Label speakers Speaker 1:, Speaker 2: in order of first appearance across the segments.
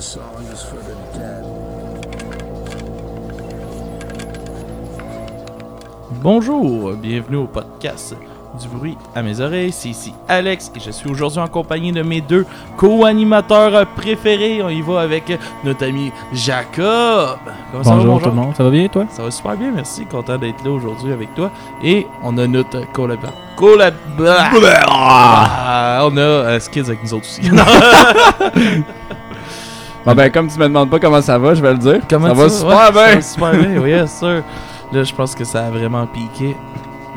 Speaker 1: song is for the dead.
Speaker 2: Bonjour, bienvenue au podcast du bruit à mes oreilles. C'est ici Alex et je suis aujourd'hui en compagnie de mes deux co-animateurs préférés. On y va avec notre ami Jacob. Comment ça va,
Speaker 3: Bonjour tout le monde, ça va bien toi?
Speaker 2: Ça va super bien, merci. Content d'être là aujourd'hui avec toi. Et on a notre collab... collab... Ah, on a euh, Skids avec nous autres aussi. Non,
Speaker 3: Bon ben comme tu me demandes pas comment ça va, je vais le dire.
Speaker 2: comment
Speaker 3: ça
Speaker 2: tu
Speaker 3: va
Speaker 2: vas?
Speaker 3: super
Speaker 2: Ouais,
Speaker 3: bien!
Speaker 2: Ça va super bien, oui, yes, sir. Là, je pense que ça a vraiment piqué.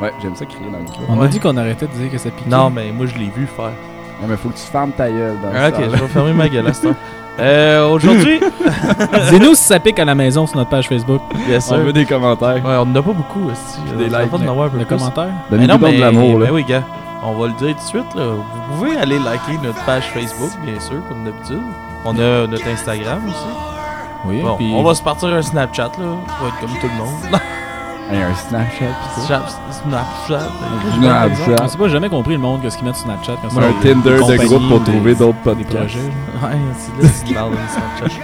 Speaker 3: Ouais, j'aime ça crier dans le micro.
Speaker 4: On
Speaker 2: Ouais.
Speaker 4: a dit qu'on arrêtait de dire que ça piquait.
Speaker 2: Non, mais moi, je l'ai vu faire.
Speaker 3: Ouais, mais faut que tu fermes ta gueule dans
Speaker 2: Ah,
Speaker 3: le
Speaker 2: ok, je vais fermer ma gueule à ce temps. Euh, aujourd'hui,
Speaker 4: Dis-nous si ça pique à la maison sur notre page Facebook.
Speaker 2: bien sûr.
Speaker 3: On veut des commentaires.
Speaker 2: Ouais, on n'en a pas beaucoup aussi.
Speaker 3: Des
Speaker 2: On va
Speaker 3: likes,
Speaker 2: pas en
Speaker 3: mais-
Speaker 2: avoir un peu
Speaker 4: Le
Speaker 2: plus.
Speaker 4: commentaire.
Speaker 2: Mais
Speaker 3: Donne-nous
Speaker 2: non,
Speaker 3: donc
Speaker 2: mais,
Speaker 3: de l'amour
Speaker 2: mais
Speaker 3: là.
Speaker 2: oui, gars, on va le dire tout de suite. Là. Vous pouvez aller liker notre page Facebook, bien sûr, comme d'habitude. On a notre Instagram aussi.
Speaker 4: Oui,
Speaker 2: Bon,
Speaker 4: puis
Speaker 2: on va se partir un Snapchat, là. On va être comme tout le monde.
Speaker 3: Hey, un Snapchat pis tout.
Speaker 2: Snap- Snapchat.
Speaker 4: on
Speaker 3: Snapchat.
Speaker 4: s'est pas jamais compris le monde que ce qu'ils mettent sur Snapchat quand
Speaker 3: Moi,
Speaker 4: ça-
Speaker 3: un Tinder
Speaker 4: des
Speaker 3: de groupe pour
Speaker 4: compagnies ou
Speaker 3: trouver
Speaker 4: des-
Speaker 3: d'autres
Speaker 4: des
Speaker 3: podcasts.
Speaker 4: projets. là.
Speaker 2: Ouais, c'est là ce qu'il parle, le Snapchat.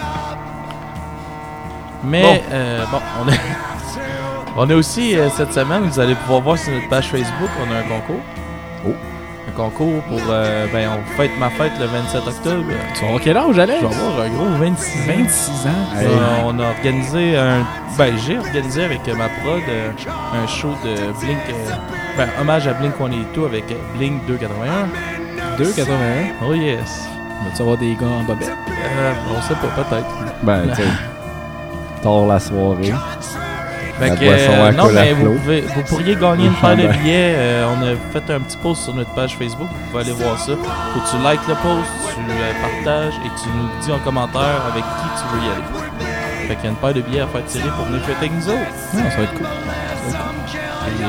Speaker 2: Mais,
Speaker 3: Bon.
Speaker 2: euh, bon, on est... On est aussi, euh, cette semaine, vous allez pouvoir voir sur notre page Facebook, on a un concours.
Speaker 3: Oh.
Speaker 2: Un concours pour, euh, ben, on fête ma fête le 27 octobre.
Speaker 4: Tu vas voir quel âge,
Speaker 2: Je
Speaker 4: Alex?
Speaker 2: vais avoir un gros 26 ans.
Speaker 4: 26 ans.
Speaker 3: Hey.
Speaker 2: Euh, on a organisé un. Ben, j'ai organisé avec euh, ma prod euh, un show de Blink. euh, ben, hommage à Blink 182 avec euh, Blink 281.
Speaker 4: 2,81.
Speaker 2: Oh yes.
Speaker 4: Vas-tu avoir des gars en bobette?
Speaker 2: Euh, on sait pas, peut-être.
Speaker 3: Ben tu sais, Tard la soirée.
Speaker 2: Fait
Speaker 3: La
Speaker 2: que, euh,
Speaker 3: boisson à
Speaker 2: non,
Speaker 3: colle à
Speaker 2: mais vous,
Speaker 3: flot.
Speaker 2: pouvez- vous pourriez gagner une
Speaker 3: Le
Speaker 2: paire de
Speaker 3: chandail.
Speaker 2: billets. euh, on a fait un petit post sur notre page Facebook. Vous pouvez aller voir ça. Faut que tu likes le post, tu euh, partages et tu nous dis en commentaire avec qui tu veux y aller. Fait qu'il y a une paire de billets à faire tirer pour venir fêter avec nous autres.
Speaker 4: Non, Ah, ça va être cool.
Speaker 2: Et, euh,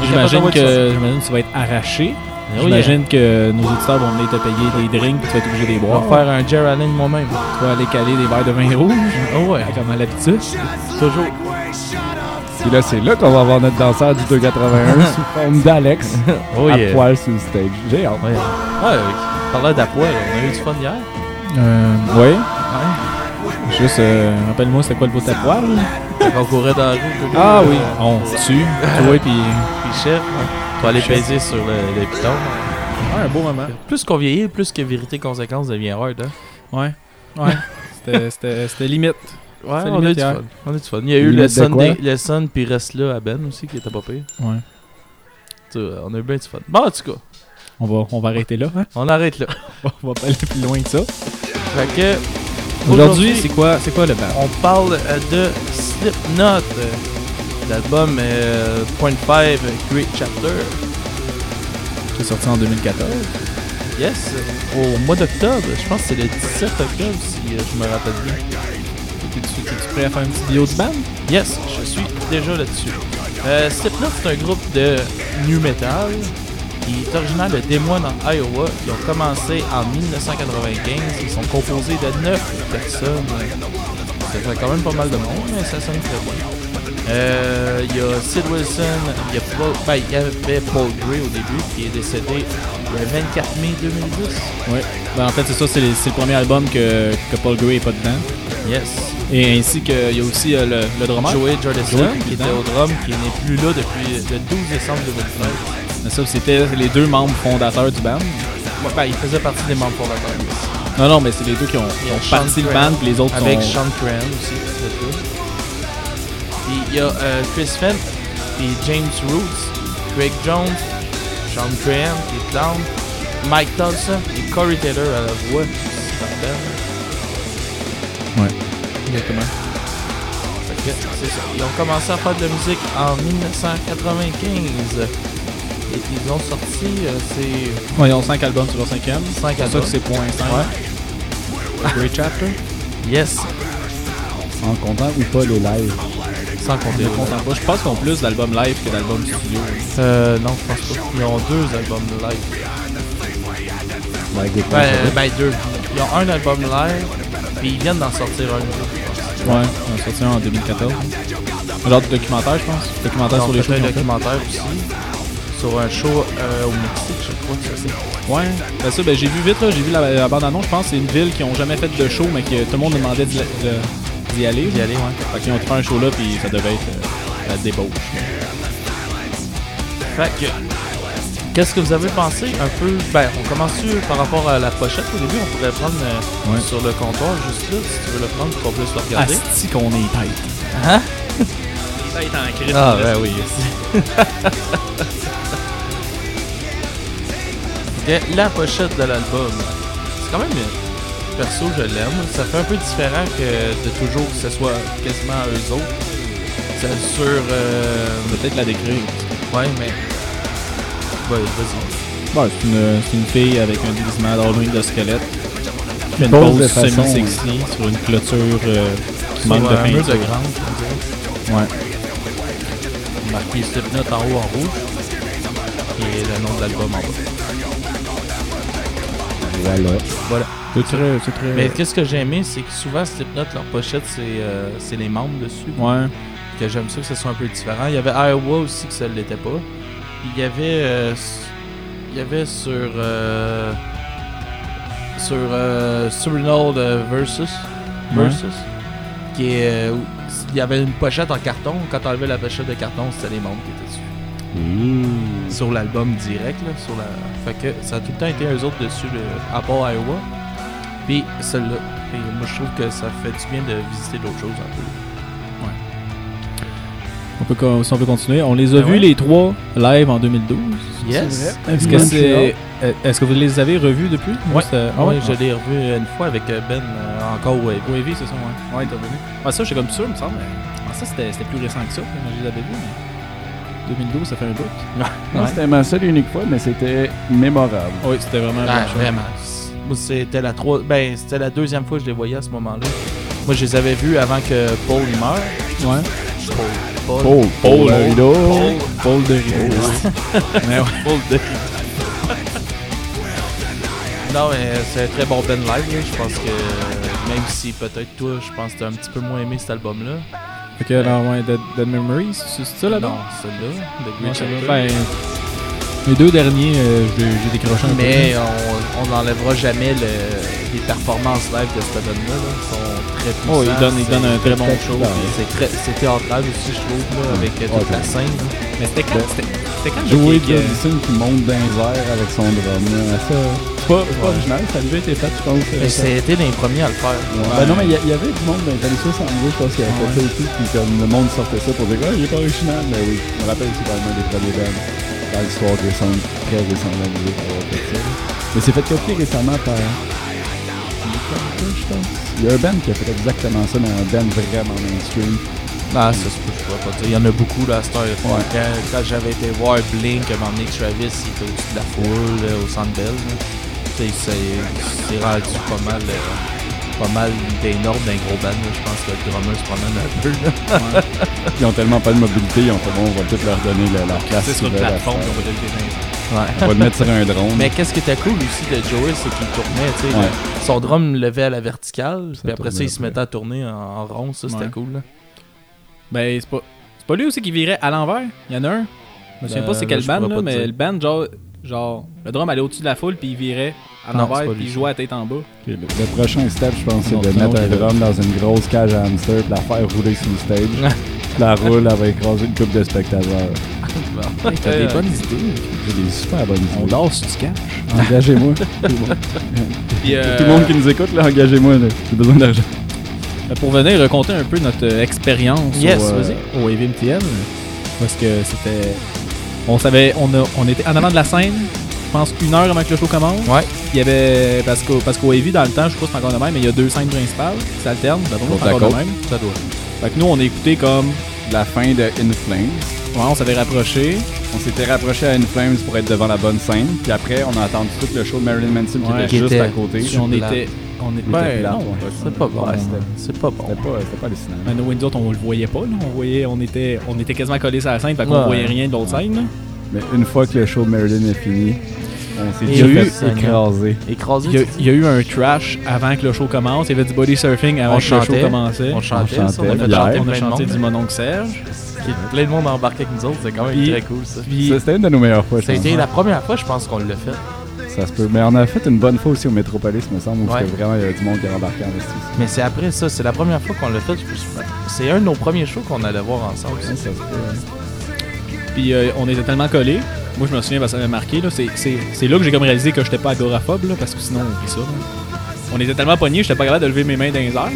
Speaker 2: on est
Speaker 4: J'imagine
Speaker 2: capable de voir
Speaker 4: que, j'imagine que ça va être arraché.
Speaker 3: Oh,
Speaker 2: ça. Oui,
Speaker 4: J'imagine que nos auditeurs vont venir te payer des drinks puis tu vas être obligé de les
Speaker 2: On va
Speaker 3: Oh,
Speaker 4: boire.
Speaker 2: faire un Jerry Allen moi-même.
Speaker 4: Tu vas aller caler des verres de vin rouge,
Speaker 2: Oh ouais,
Speaker 4: comme à l'habitude.
Speaker 2: toujours.
Speaker 3: Puis là c'est là qu'on va avoir notre danseur du 281 sous forme d'Alex.
Speaker 2: Oh
Speaker 3: À
Speaker 2: yeah.
Speaker 3: poil sur le stage. J'ai hâte.
Speaker 2: Ouais. Ouais, euh, parlant d'appoil, on a eu du fun hier.
Speaker 4: Euh, ouais.
Speaker 2: Ouais.
Speaker 4: Juste, euh, rappelle-moi, c'était quoi le bout à poil?
Speaker 2: On courait dans la rue. tout le
Speaker 4: Ah
Speaker 2: monde,
Speaker 4: oui,
Speaker 2: euh,
Speaker 4: on tue. Toi et puis.
Speaker 2: Puis chef, tu vas hein. aller peser sur le, le piton.
Speaker 4: Ah, un beau moment.
Speaker 2: Plus qu'on vieillit, plus que vérité-conséquence devient hard. Hein.
Speaker 4: Ouais. Ouais. C'était- C'était c'était limite.
Speaker 2: Ouais,
Speaker 4: C'est
Speaker 2: on a eu
Speaker 4: limite
Speaker 2: du
Speaker 4: hier.
Speaker 2: fun. hein. On a eu du fun. Il y a eu
Speaker 3: Limite
Speaker 2: le
Speaker 3: de
Speaker 2: son,
Speaker 3: quoi?
Speaker 2: des- le son puis reste là à Ben aussi qui était pas pire.
Speaker 4: Ouais.
Speaker 2: Tu vois, on a eu bien du fun. Bon, en tout cas,
Speaker 4: On va, on va arrêter là. Hein?
Speaker 2: on arrête là.
Speaker 4: On va pas aller plus loin que ça.
Speaker 2: Fait que
Speaker 4: Aujourd'hui, c'est quoi, c'est quoi le bal?
Speaker 2: On parle euh, de Slipknot, euh, l'album euh, Point .5 Great Chapter.
Speaker 4: Qui est sorti en 2014.
Speaker 2: Yes, euh, au mois d'octobre, je pense que c'est le 17 octobre si euh, je me rappelle bien.
Speaker 4: Es-tu es-tu prêt à faire une petite bio de band?
Speaker 2: Yes, je suis déjà là-dessus. Euh, Slipknot, c'est un groupe de nu metal qui est originaire de Des Moines en Iowa. Ils ont commencé en 1995. Ils sont composés de 9 personnes. Ça fait quand même pas mal de monde, mais ça sonne très bien. Euh, Il y a Sid Wilson, il y, a Paul- ben, il y avait Paul Gray au début qui est décédé le 24 mai 2010.
Speaker 4: Ouais. Ben, en fait, c'est ça, c'est les- c'est le premier album que, que Paul Gray est pas dedans.
Speaker 2: Yes.
Speaker 4: Et ainsi qu'il y a aussi euh, le, le drummer.
Speaker 2: Joey Jordison,
Speaker 4: Joey,
Speaker 2: qui était
Speaker 4: dedans.
Speaker 2: au drum, qui n'est plus là depuis le 12 décembre 2019.
Speaker 4: Mais ça, c'était les deux membres fondateurs du band.
Speaker 2: Ouais, ben, il faisait partie des membres fondateurs.
Speaker 4: Non, non, mais c'est les deux qui ont, qui
Speaker 2: Il y a
Speaker 4: ont
Speaker 2: Sean
Speaker 4: parti le
Speaker 2: Cran,
Speaker 4: band, puis les autres
Speaker 2: Avec
Speaker 4: sont...
Speaker 2: Sean Cran aussi, c'est tout. Puis il y a euh, Chris Fent, puis James Roots, Craig Jones, Sean Cran, qui est clown, Mike Dawson et Corey Taylor à la voix, si tu t'en rappelles.
Speaker 4: Exactement.
Speaker 2: Fait que c'est ça. Ils ont commencé à faire de la musique en 1995. Et ils ont sorti, euh, c'est...
Speaker 4: Ouais, ils ont 5 albums sur leur cinquième.
Speaker 2: Cinq
Speaker 4: C'est pour
Speaker 2: albums.
Speaker 4: ça que c'est point 5. Great chapter.
Speaker 2: Yes,
Speaker 3: En comptant ou pas les lives.
Speaker 2: sans compter.
Speaker 4: Je comprends pas. Je pense qu'on a plus d'albums live que d'albums studio.
Speaker 2: Euh, non, je pense pas. Ils ont deux albums live.
Speaker 3: Like des
Speaker 2: Ben,
Speaker 3: concerts.
Speaker 2: ben deux. Ils ont un album live, puis ils viennent d'en sortir un.
Speaker 4: Ouais, on a sorti un en 2014. Un genre de documentaire, je pense. Documentaire
Speaker 2: Ils ont
Speaker 4: sur les
Speaker 2: fait un
Speaker 4: choses. qu'ils ont fait.
Speaker 2: documentaire aussi. sur un show euh, au Mexique, je crois que c'est.
Speaker 4: Ouais, ben ça, ben, j'ai vu vite, là, j'ai vu la, la bande-annonce, je pense que c'est une ville qui ont jamais fait de show, mais que tout le monde demandait d'y de- d'y aller.
Speaker 2: D'y aller, ouais.
Speaker 4: Fait qu'ils ont trouvé un show là, puis ça devait être euh, la débauche.
Speaker 2: Fait que, qu'est-ce que vous avez pensé un peu Ben, on commence sur- par rapport à la pochette au début. On pourrait prendre euh,
Speaker 3: Ouais.
Speaker 2: sur le comptoir juste là, si tu veux le prendre pour qu'on puisse le regarder.
Speaker 4: Asti qu'on est tête.
Speaker 2: Hein?
Speaker 4: Tête en crise.
Speaker 2: Ah, ben oui. C'était la pochette de l'album. C'est quand même. euh, Perso, je l'aime. Ça fait un peu différent que de toujours que ce soit quasiment eux autres. C'est sur. euh,
Speaker 4: Peut-être la décrire.
Speaker 2: Ouais, mais. Ouais, vas-y.
Speaker 4: Bon, c'est une, c'est une fille avec un déguisement d'Halloween de squelette. Qui fait une
Speaker 3: Pose de
Speaker 4: pose
Speaker 3: façon,
Speaker 4: semi-sexy sur une clôture euh, qui manque
Speaker 2: Sur
Speaker 4: de
Speaker 2: un mur de
Speaker 4: peinture.
Speaker 2: grange, on dirait.
Speaker 3: Ouais.
Speaker 2: Marqué Slipknot en haut en rouge. Et le nom de l'album en bas.
Speaker 3: Voilà.
Speaker 2: Voilà.
Speaker 3: C'est très, c'est très.
Speaker 2: Mais qu'est-ce que j'ai aimé, c'est que souvent Slipknot, leur pochette, c'est euh, c'est les membres dessus.
Speaker 4: Ouais.
Speaker 2: que j'aime ça que ce soit un peu différent. Il y avait Iowa aussi que ça ne l'était pas. Il y avait euh, s- il y avait sur euh, sur euh, Surinal de versus
Speaker 4: Ouais.
Speaker 2: versus qui est euh, où- il y avait une pochette en carton. Quand on enlevait la pochette de carton, c'était les membres qui étaient dessus.
Speaker 3: Ouh.
Speaker 2: Sur l'album direct là, sur la fait que ça a tout le temps été eux autres dessus le- à part Iowa. Puis celle-là. Et moi je trouve que ça fait du bien de visiter d'autres choses un peu.
Speaker 4: On peut, con- si on peut continuer, on les a
Speaker 2: Ah
Speaker 4: vus
Speaker 2: ouais?
Speaker 4: les trois live en 2012.
Speaker 2: Yes.
Speaker 4: Est-ce que c'est, est-ce que vous les avez revus depuis Moi, c'est- ah
Speaker 2: Ah oui,
Speaker 4: ouais,
Speaker 2: je l'ai revu une fois avec euh, Ben, euh, encore au Wave.
Speaker 4: Wavy, c'est ça, ouais. Ouais, t'es revenu. Ah, ça, j'étais comme sûr, il me semble. Ah, ça, c'était, c'était plus récent que ça, quand je les avais vus. mais 2012, ça fait un bout.
Speaker 3: Non, c'était ma seule et unique fois, mais c'était mémorable.
Speaker 4: Oui, c'était vraiment
Speaker 2: Ah,
Speaker 4: un bon show.
Speaker 2: vraiment. Moi, C'était la, trois... ben, c'était la deuxième fois que je les voyais à ce moment-là. Moi, je les avais vus avant que Paul il meure.
Speaker 4: Ouais.
Speaker 2: Paul. Paul.
Speaker 3: Paul, Paul,
Speaker 4: Paul.
Speaker 3: Rideau.
Speaker 4: Paul de Rideau. Mais ouais.
Speaker 2: Paul de- Non, mais c'est un très bon Ben Live. là. Je pense que, euh, même si peut-être toi, je pense que t'as un petit peu moins aimé cet album-là.
Speaker 4: Ok, alors, ouais, Dead, Dead Memories, c'est c'est ça là-bas
Speaker 2: Ah, Non, celui-là, The
Speaker 4: Ouais,
Speaker 2: Great
Speaker 4: ça
Speaker 2: Chapter.
Speaker 4: va. Ben, les deux derniers, euh, j'ai, j'ai décroché un peu.
Speaker 2: Mais on on n'enlèvera jamais le- les performances live de cet album-là. là. Ils sont très puissants.
Speaker 4: Oh, il donne, il
Speaker 2: C'est-
Speaker 4: donne un très bon show.
Speaker 3: spectaculaire.
Speaker 4: puis-
Speaker 2: C'est très- C'est théâtral aussi, je trouve, là, avec euh,
Speaker 3: Ouais,
Speaker 2: toute la
Speaker 3: ouais.
Speaker 2: scène. là.
Speaker 4: Mais c'était quand C'était, c'était quand
Speaker 3: Joey
Speaker 4: le kick, euh,
Speaker 3: Judson qui monte dans les airs avec son drum. là. Ça, C'est pas, c'est pas
Speaker 2: Ouais.
Speaker 3: original, ça a déjà été fait, je pense.
Speaker 2: Mais
Speaker 3: euh, ça.
Speaker 2: c'était les premiers à le faire.
Speaker 3: Ben non, mais il y a- il y, avait du monde dans les années 70, je pense qu'il y avait fait ça aussi, puis comme le monde sortait ça pour dire « Ah, il est pas original », mais oui, je me rappelle, c'est quand même un des premiers bands dans l'histoire récente, très récente de la musique à avoir fait ça. Mais c'est fait copier récemment par... je pense. Il y a un band qui a fait exactement ça, mais un band vraiment mainstream.
Speaker 2: Ah, ça, c'est je pourrais pas dire. Il y en a beaucoup, là, à cette heure.
Speaker 3: Ouais.
Speaker 2: Quand, quand j'avais été voir Blink, à un moment donné, Travis, il était au-dessus de la foule, là, au Centre Bell. là. Tu sais, C'est c'est rendu pas mal... euh, pas mal des normes d'un gros band, là. je pense que le drummer se promène un peu. là.
Speaker 3: Ils ont tellement pas de mobilité, ils ont fait « Bon, on va tout leur donner le- leur place.
Speaker 4: C'est sur
Speaker 3: qu'ils
Speaker 4: une
Speaker 3: veulent à
Speaker 4: plateforme,
Speaker 3: faire.
Speaker 4: on va donner des mains.
Speaker 3: On va le mettre sur un drone.
Speaker 2: Mais qu'est-ce qui était cool aussi de Joey, c'est qu'il tournait, tu sais,
Speaker 3: Ouais.
Speaker 2: le- son drum levait à la verticale, puis après ça,
Speaker 3: tournait
Speaker 2: il se
Speaker 3: après.
Speaker 2: mettait à tourner en, en rond, ça, c'était
Speaker 4: Ouais.
Speaker 2: cool. là.
Speaker 4: Ben, c'est pas, c'est pas lui aussi qui virait à l'envers. Il y en a un. Je me souviens
Speaker 2: Ben,
Speaker 4: pas c'est
Speaker 2: là,
Speaker 4: quel
Speaker 2: je
Speaker 4: band,
Speaker 2: pourrais
Speaker 4: là,
Speaker 2: pas te
Speaker 4: mais
Speaker 2: dire.
Speaker 4: le band, genre, genre, le drum allait au-dessus de la foule, puis il virait à
Speaker 2: Non, c'est
Speaker 4: l'envers,
Speaker 2: pas
Speaker 4: puis
Speaker 2: lui,
Speaker 4: il
Speaker 2: ça.
Speaker 4: jouait à tête en bas.
Speaker 3: Ok, le, le prochain step, je pense, c'est
Speaker 4: Non,
Speaker 3: de
Speaker 4: c'est
Speaker 3: mettre
Speaker 4: un
Speaker 3: un
Speaker 4: autre
Speaker 3: drum dans une grosse cage à hamster puis la faire rouler sur le stage. Puis la roule, elle va écraser une coupe de spectateurs.
Speaker 2: Bon. Euh,
Speaker 4: idées.
Speaker 3: J'ai des super bonnes
Speaker 4: On
Speaker 3: idées.
Speaker 4: lance du cash.
Speaker 3: Engagez-moi. tout, le monde.
Speaker 4: Puis, euh,
Speaker 3: Tout le monde qui nous écoute, là, engagez-moi. là. J'ai besoin d'argent.
Speaker 4: Ben, Pour venir raconter un peu notre euh, expérience
Speaker 2: Yes,
Speaker 4: au, euh,
Speaker 2: vas-y.
Speaker 4: au AVMTL, parce que c'était... On savait, on, a, on était en avant de la scène, je pense une heure avant que le show commence.
Speaker 2: Ouais,
Speaker 4: Il y avait. Parce qu'au parce qu'au Heavy, dans le temps, je sais pas si c'est encore de même, mais il y a deux scènes principales qui s'alternent. D'après moi,
Speaker 3: Côte
Speaker 4: c'est
Speaker 3: à
Speaker 4: encore de
Speaker 3: côte.
Speaker 4: même.
Speaker 2: ça doit.
Speaker 4: Fait que nous, on a écouté comme.
Speaker 3: La fin de In Flames.
Speaker 4: Ouais, on s'avait rapproché.
Speaker 3: On s'était rapproché à In Flames pour être devant la bonne scène. Puis après, on a attendu tout le show de Marilyn Manson qui
Speaker 4: Ouais.
Speaker 3: était
Speaker 4: Qui
Speaker 3: juste
Speaker 2: était-
Speaker 3: à côté.
Speaker 4: Puis
Speaker 2: Sur
Speaker 4: on
Speaker 2: plate.
Speaker 4: était. On était.
Speaker 3: Il
Speaker 4: ben,
Speaker 3: était plat,
Speaker 4: non.
Speaker 3: ouais.
Speaker 2: C'est pas bon.
Speaker 3: Ouais, c'était-
Speaker 2: C'est pas bon.
Speaker 3: C'était pas, c'était pas hallucinant.
Speaker 4: Ben, nous, nous autres, on le voyait pas, là. On voyait. On était, on était quasiment collés sur la scène, fait qu'on
Speaker 2: Ouais.
Speaker 4: voyait rien de l'autre scène, là.
Speaker 3: Mais une fois que le show de Marilyn est fini, On s'est
Speaker 2: Et
Speaker 4: il y a
Speaker 3: déjà
Speaker 4: eu-
Speaker 3: fait écraser.
Speaker 2: Écrasé.
Speaker 4: Il y, a, il y a eu un trash avant que le show commence. Il y avait du body surfing avant
Speaker 2: On
Speaker 4: que le show
Speaker 2: chantait.
Speaker 4: commençait.
Speaker 2: On chantait,
Speaker 3: On
Speaker 2: ça, on a
Speaker 3: chantait.
Speaker 2: fait
Speaker 3: Hier,
Speaker 2: chanter
Speaker 4: on a
Speaker 2: plein de
Speaker 4: chanté
Speaker 2: monde.
Speaker 4: du Mononcle Serge.
Speaker 2: Puis Plein de monde a embarqué avec nous autres, c'est quand même
Speaker 4: Puis-
Speaker 2: très cool ça.
Speaker 4: Puis
Speaker 3: Ça, C'était une de nos meilleures fois, je
Speaker 2: Ça a
Speaker 3: pense.
Speaker 2: été la première fois, je pense, qu'on l'a fait.
Speaker 3: Ça se peut. Mais on a fait une bonne fois aussi au Métropolis, me semble, où
Speaker 2: Ouais.
Speaker 3: c'était vraiment il y avait du monde qui a embarqué en Estie.
Speaker 2: Mais c'est après ça, c'est la première fois qu'on l'a fait. je pense. C'est un de nos premiers shows qu'on allait voir ensemble.
Speaker 3: Ça se peut, hein.
Speaker 4: Puis euh, on était tellement collés. Moi, je me souviens, parce que ça m'a marqué. là. C'est- C'est c'est là que j'ai comme réalisé que j'étais pas agoraphobe, là, parce que sinon, on oublie ça. là. On était tellement pognés, j'étais pas capable de lever mes mains dans les airs.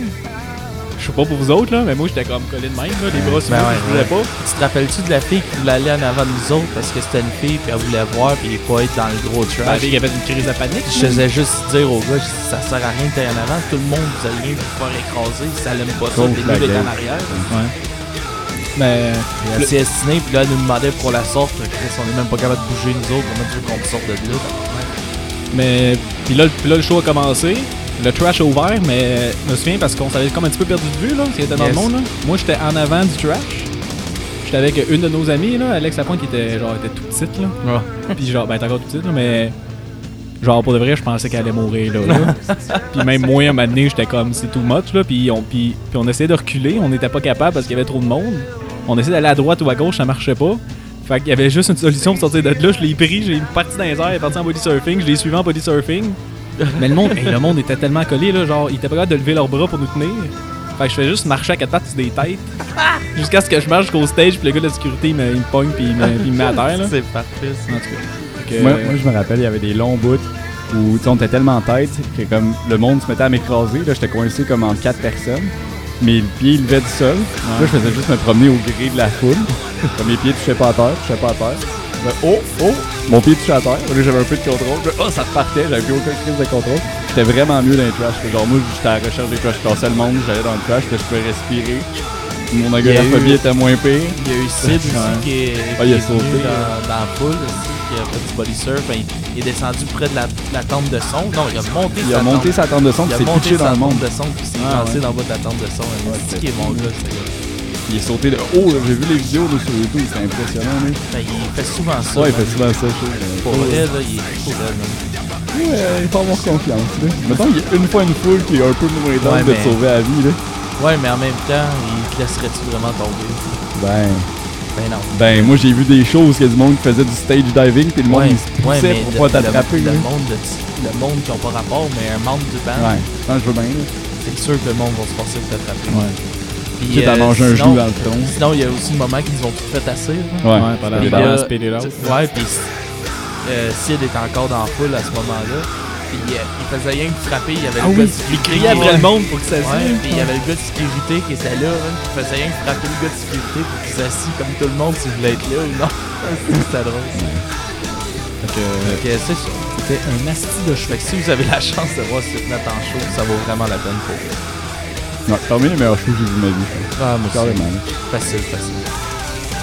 Speaker 4: Je sais pas pour vous autres, là, mais moi, j'étais comme collé de même, là, les bras sur
Speaker 2: Ben
Speaker 4: moi,
Speaker 2: ouais,
Speaker 4: je voulais pas.
Speaker 2: Tu te rappelles-tu de la fille qui voulait aller en avant de nous autres parce que c'était une fille puis elle voulait voir puis pas être dans le gros
Speaker 4: Ben,
Speaker 2: trash?
Speaker 4: il y avait une crise de panique.
Speaker 2: je faisais juste dire aux gars, je dis, ça sert à rien que t'ailles en avant, tout le monde vous allez vous faire écraser, ça l'aime pas ça,
Speaker 3: Sauf
Speaker 2: t'es
Speaker 3: la
Speaker 2: nous d'être
Speaker 3: gueule.
Speaker 2: en arrière.
Speaker 4: Ouais. Mais
Speaker 2: Puis elle s'est estinée, puis là elle nous demandait pour la sorte, Chris, on est même pas capable de bouger nous autres, comment tu veux qu'on sorte de là?
Speaker 4: Mais puis là, puis là, le show a commencé, le trash a ouvert, mais je me souviens parce qu'on s'avait comme un petit peu perdu de vue là, parce qu'il était dans
Speaker 2: Yes.
Speaker 4: le monde. Là. Moi, j'étais en avant du trash. J'étais avec une de nos amies là, Alex Lapointe qui était genre était toute petite là. Puis genre ben elle était encore toute petite là, mais genre pour de vrai, je pensais qu'elle allait mourir là. là. puis même moi à un moment donné, j'étais comme c'est too much là, puis on puis, puis on essayait de reculer, on n'était pas capable parce qu'il y avait trop de monde. On essayait d'aller à droite ou à gauche, ça marchait pas. Fait qu'il y avait juste une solution pour sortir de là. Je l'ai pris, j'ai parti dans les airs, il est parti en body surfing, je l'ai suivi en body surfing. Mais le monde, hey, le monde était tellement collé, là, genre, ils étaient pas capables de lever leurs bras pour nous tenir. Fait que je fais juste marcher à quatre pattes sur des têtes. Jusqu'à ce que je marche jusqu'au stage, puis le gars de la sécurité, il me, il me pogne, puis il me, puis il me met à terre, là.
Speaker 2: C'est parfait ça.
Speaker 4: En tout cas. Fait que,
Speaker 3: Moi, moi, je me rappelle, il y avait des longs bouts où tu sais, on était tellement en tête que comme le monde se mettait à m'écraser. Là, j'étais coincé comme en quatre personnes. Mes pieds levaient du sol. Là, je faisais juste me promener au gré de la foule. Comme mes pieds touchaient pas à terre, touchaient pas à terre. Je fais, oh, oh, mon pied touchait à terre. Là, j'avais un peu de contrôle. Je fais, oh, ça repartait. J'avais plus aucune crise de contrôle. J'étais vraiment mieux dans les trash. Genre, moi, j'étais à la recherche des trash. Je cassais le monde, j'allais dans le trash, puis je pouvais respirer. Mon
Speaker 2: Il y a
Speaker 3: agoraphobie
Speaker 2: eu-
Speaker 3: était moins pire.
Speaker 2: Il y a eu Sid aussi
Speaker 3: Ouais.
Speaker 2: qui est,
Speaker 3: Ah,
Speaker 2: qui
Speaker 3: il a
Speaker 2: est venu
Speaker 3: sauté.
Speaker 2: dans, dans la poule aussi, qui a fait du body surf. Ben, il est descendu près de la, la tente de son. Non, il a monté
Speaker 3: Il
Speaker 2: sa
Speaker 3: a monté
Speaker 2: tente.
Speaker 3: sa tente de son,
Speaker 2: Il
Speaker 3: puis
Speaker 2: a
Speaker 3: s'est
Speaker 2: monté
Speaker 3: Ah, pitché
Speaker 2: sa
Speaker 3: dans le monde.
Speaker 2: tente de son puis s'est
Speaker 3: Ah,
Speaker 2: lancé
Speaker 3: ouais.
Speaker 2: dans le bas de la tente de son.
Speaker 3: Ouais,
Speaker 2: C'est
Speaker 3: c'est
Speaker 2: qui est mon gars, ce gars.
Speaker 3: Il est sauté de haut, là, j'ai vu les vidéos là, sur YouTube, c'est impressionnant. Lui.
Speaker 2: Ben, il fait souvent ça.
Speaker 3: Ouais, il
Speaker 2: man.
Speaker 3: fait souvent ça, je
Speaker 2: Pour
Speaker 3: trouve.
Speaker 2: vrai, là, il est trop man.
Speaker 3: Ouais, il faut avoir confiance. Là. Mettons, il y a une fois une foule qui est un peu moins
Speaker 2: Ouais,
Speaker 3: d'âme de
Speaker 2: mais-
Speaker 3: te sauver la vie. Là.
Speaker 2: Ouais, mais en même temps, il te laisserait-tu vraiment tomber?
Speaker 3: Ben,
Speaker 2: Ben non.
Speaker 3: ben, moi j'ai vu des choses qu'il y a du monde qui faisait du stage diving, puis le monde il se
Speaker 2: ouais,
Speaker 3: poussait
Speaker 2: mais le,
Speaker 3: pour pas
Speaker 2: le-
Speaker 3: t'attraper.
Speaker 2: le,
Speaker 3: là.
Speaker 2: monde, de- le monde qui n'a pas rapport, mais un membre du band,
Speaker 3: Ouais, non, je veux bien. là.
Speaker 2: c'est sûr que le monde va se forcer de t'attraper. Puis,
Speaker 3: Quitte à
Speaker 2: euh,
Speaker 3: manger un
Speaker 2: sinon-
Speaker 3: genou dans le tronc.
Speaker 2: Sinon, il y a aussi le moment qu'ils nous ont tout fait assez. là.
Speaker 3: Ouais,
Speaker 4: Ouais, pendant
Speaker 2: Puis,
Speaker 4: pendant
Speaker 2: euh,
Speaker 4: ce pédé-là.
Speaker 2: Ouais, puis euh, Sid est encore dans la foule à ce moment-là. Puis euh, il faisait rien que frapper, Ah il y avait le gars de
Speaker 4: il
Speaker 2: sécurité.
Speaker 4: criait après le monde pour que ça
Speaker 2: Ouais,
Speaker 4: se
Speaker 2: puis il y avait le gars de sécurité qui était là, hein, qui faisait rien que frapper le gars de sécurité pour qu'il s'assit comme tout le monde s'il voulait être là ou non. C'était drôle. Donc, euh, c'est ça. C'était un asti de cheveux. Fait que si vous avez la chance de voir cette note en show, ça vaut vraiment la peine pour vous.
Speaker 3: Non, parmi les meilleurs shows que j'ai vu de ma vie, je pense.
Speaker 2: Ah, moi
Speaker 3: Carrément. là.
Speaker 2: Facile, facile.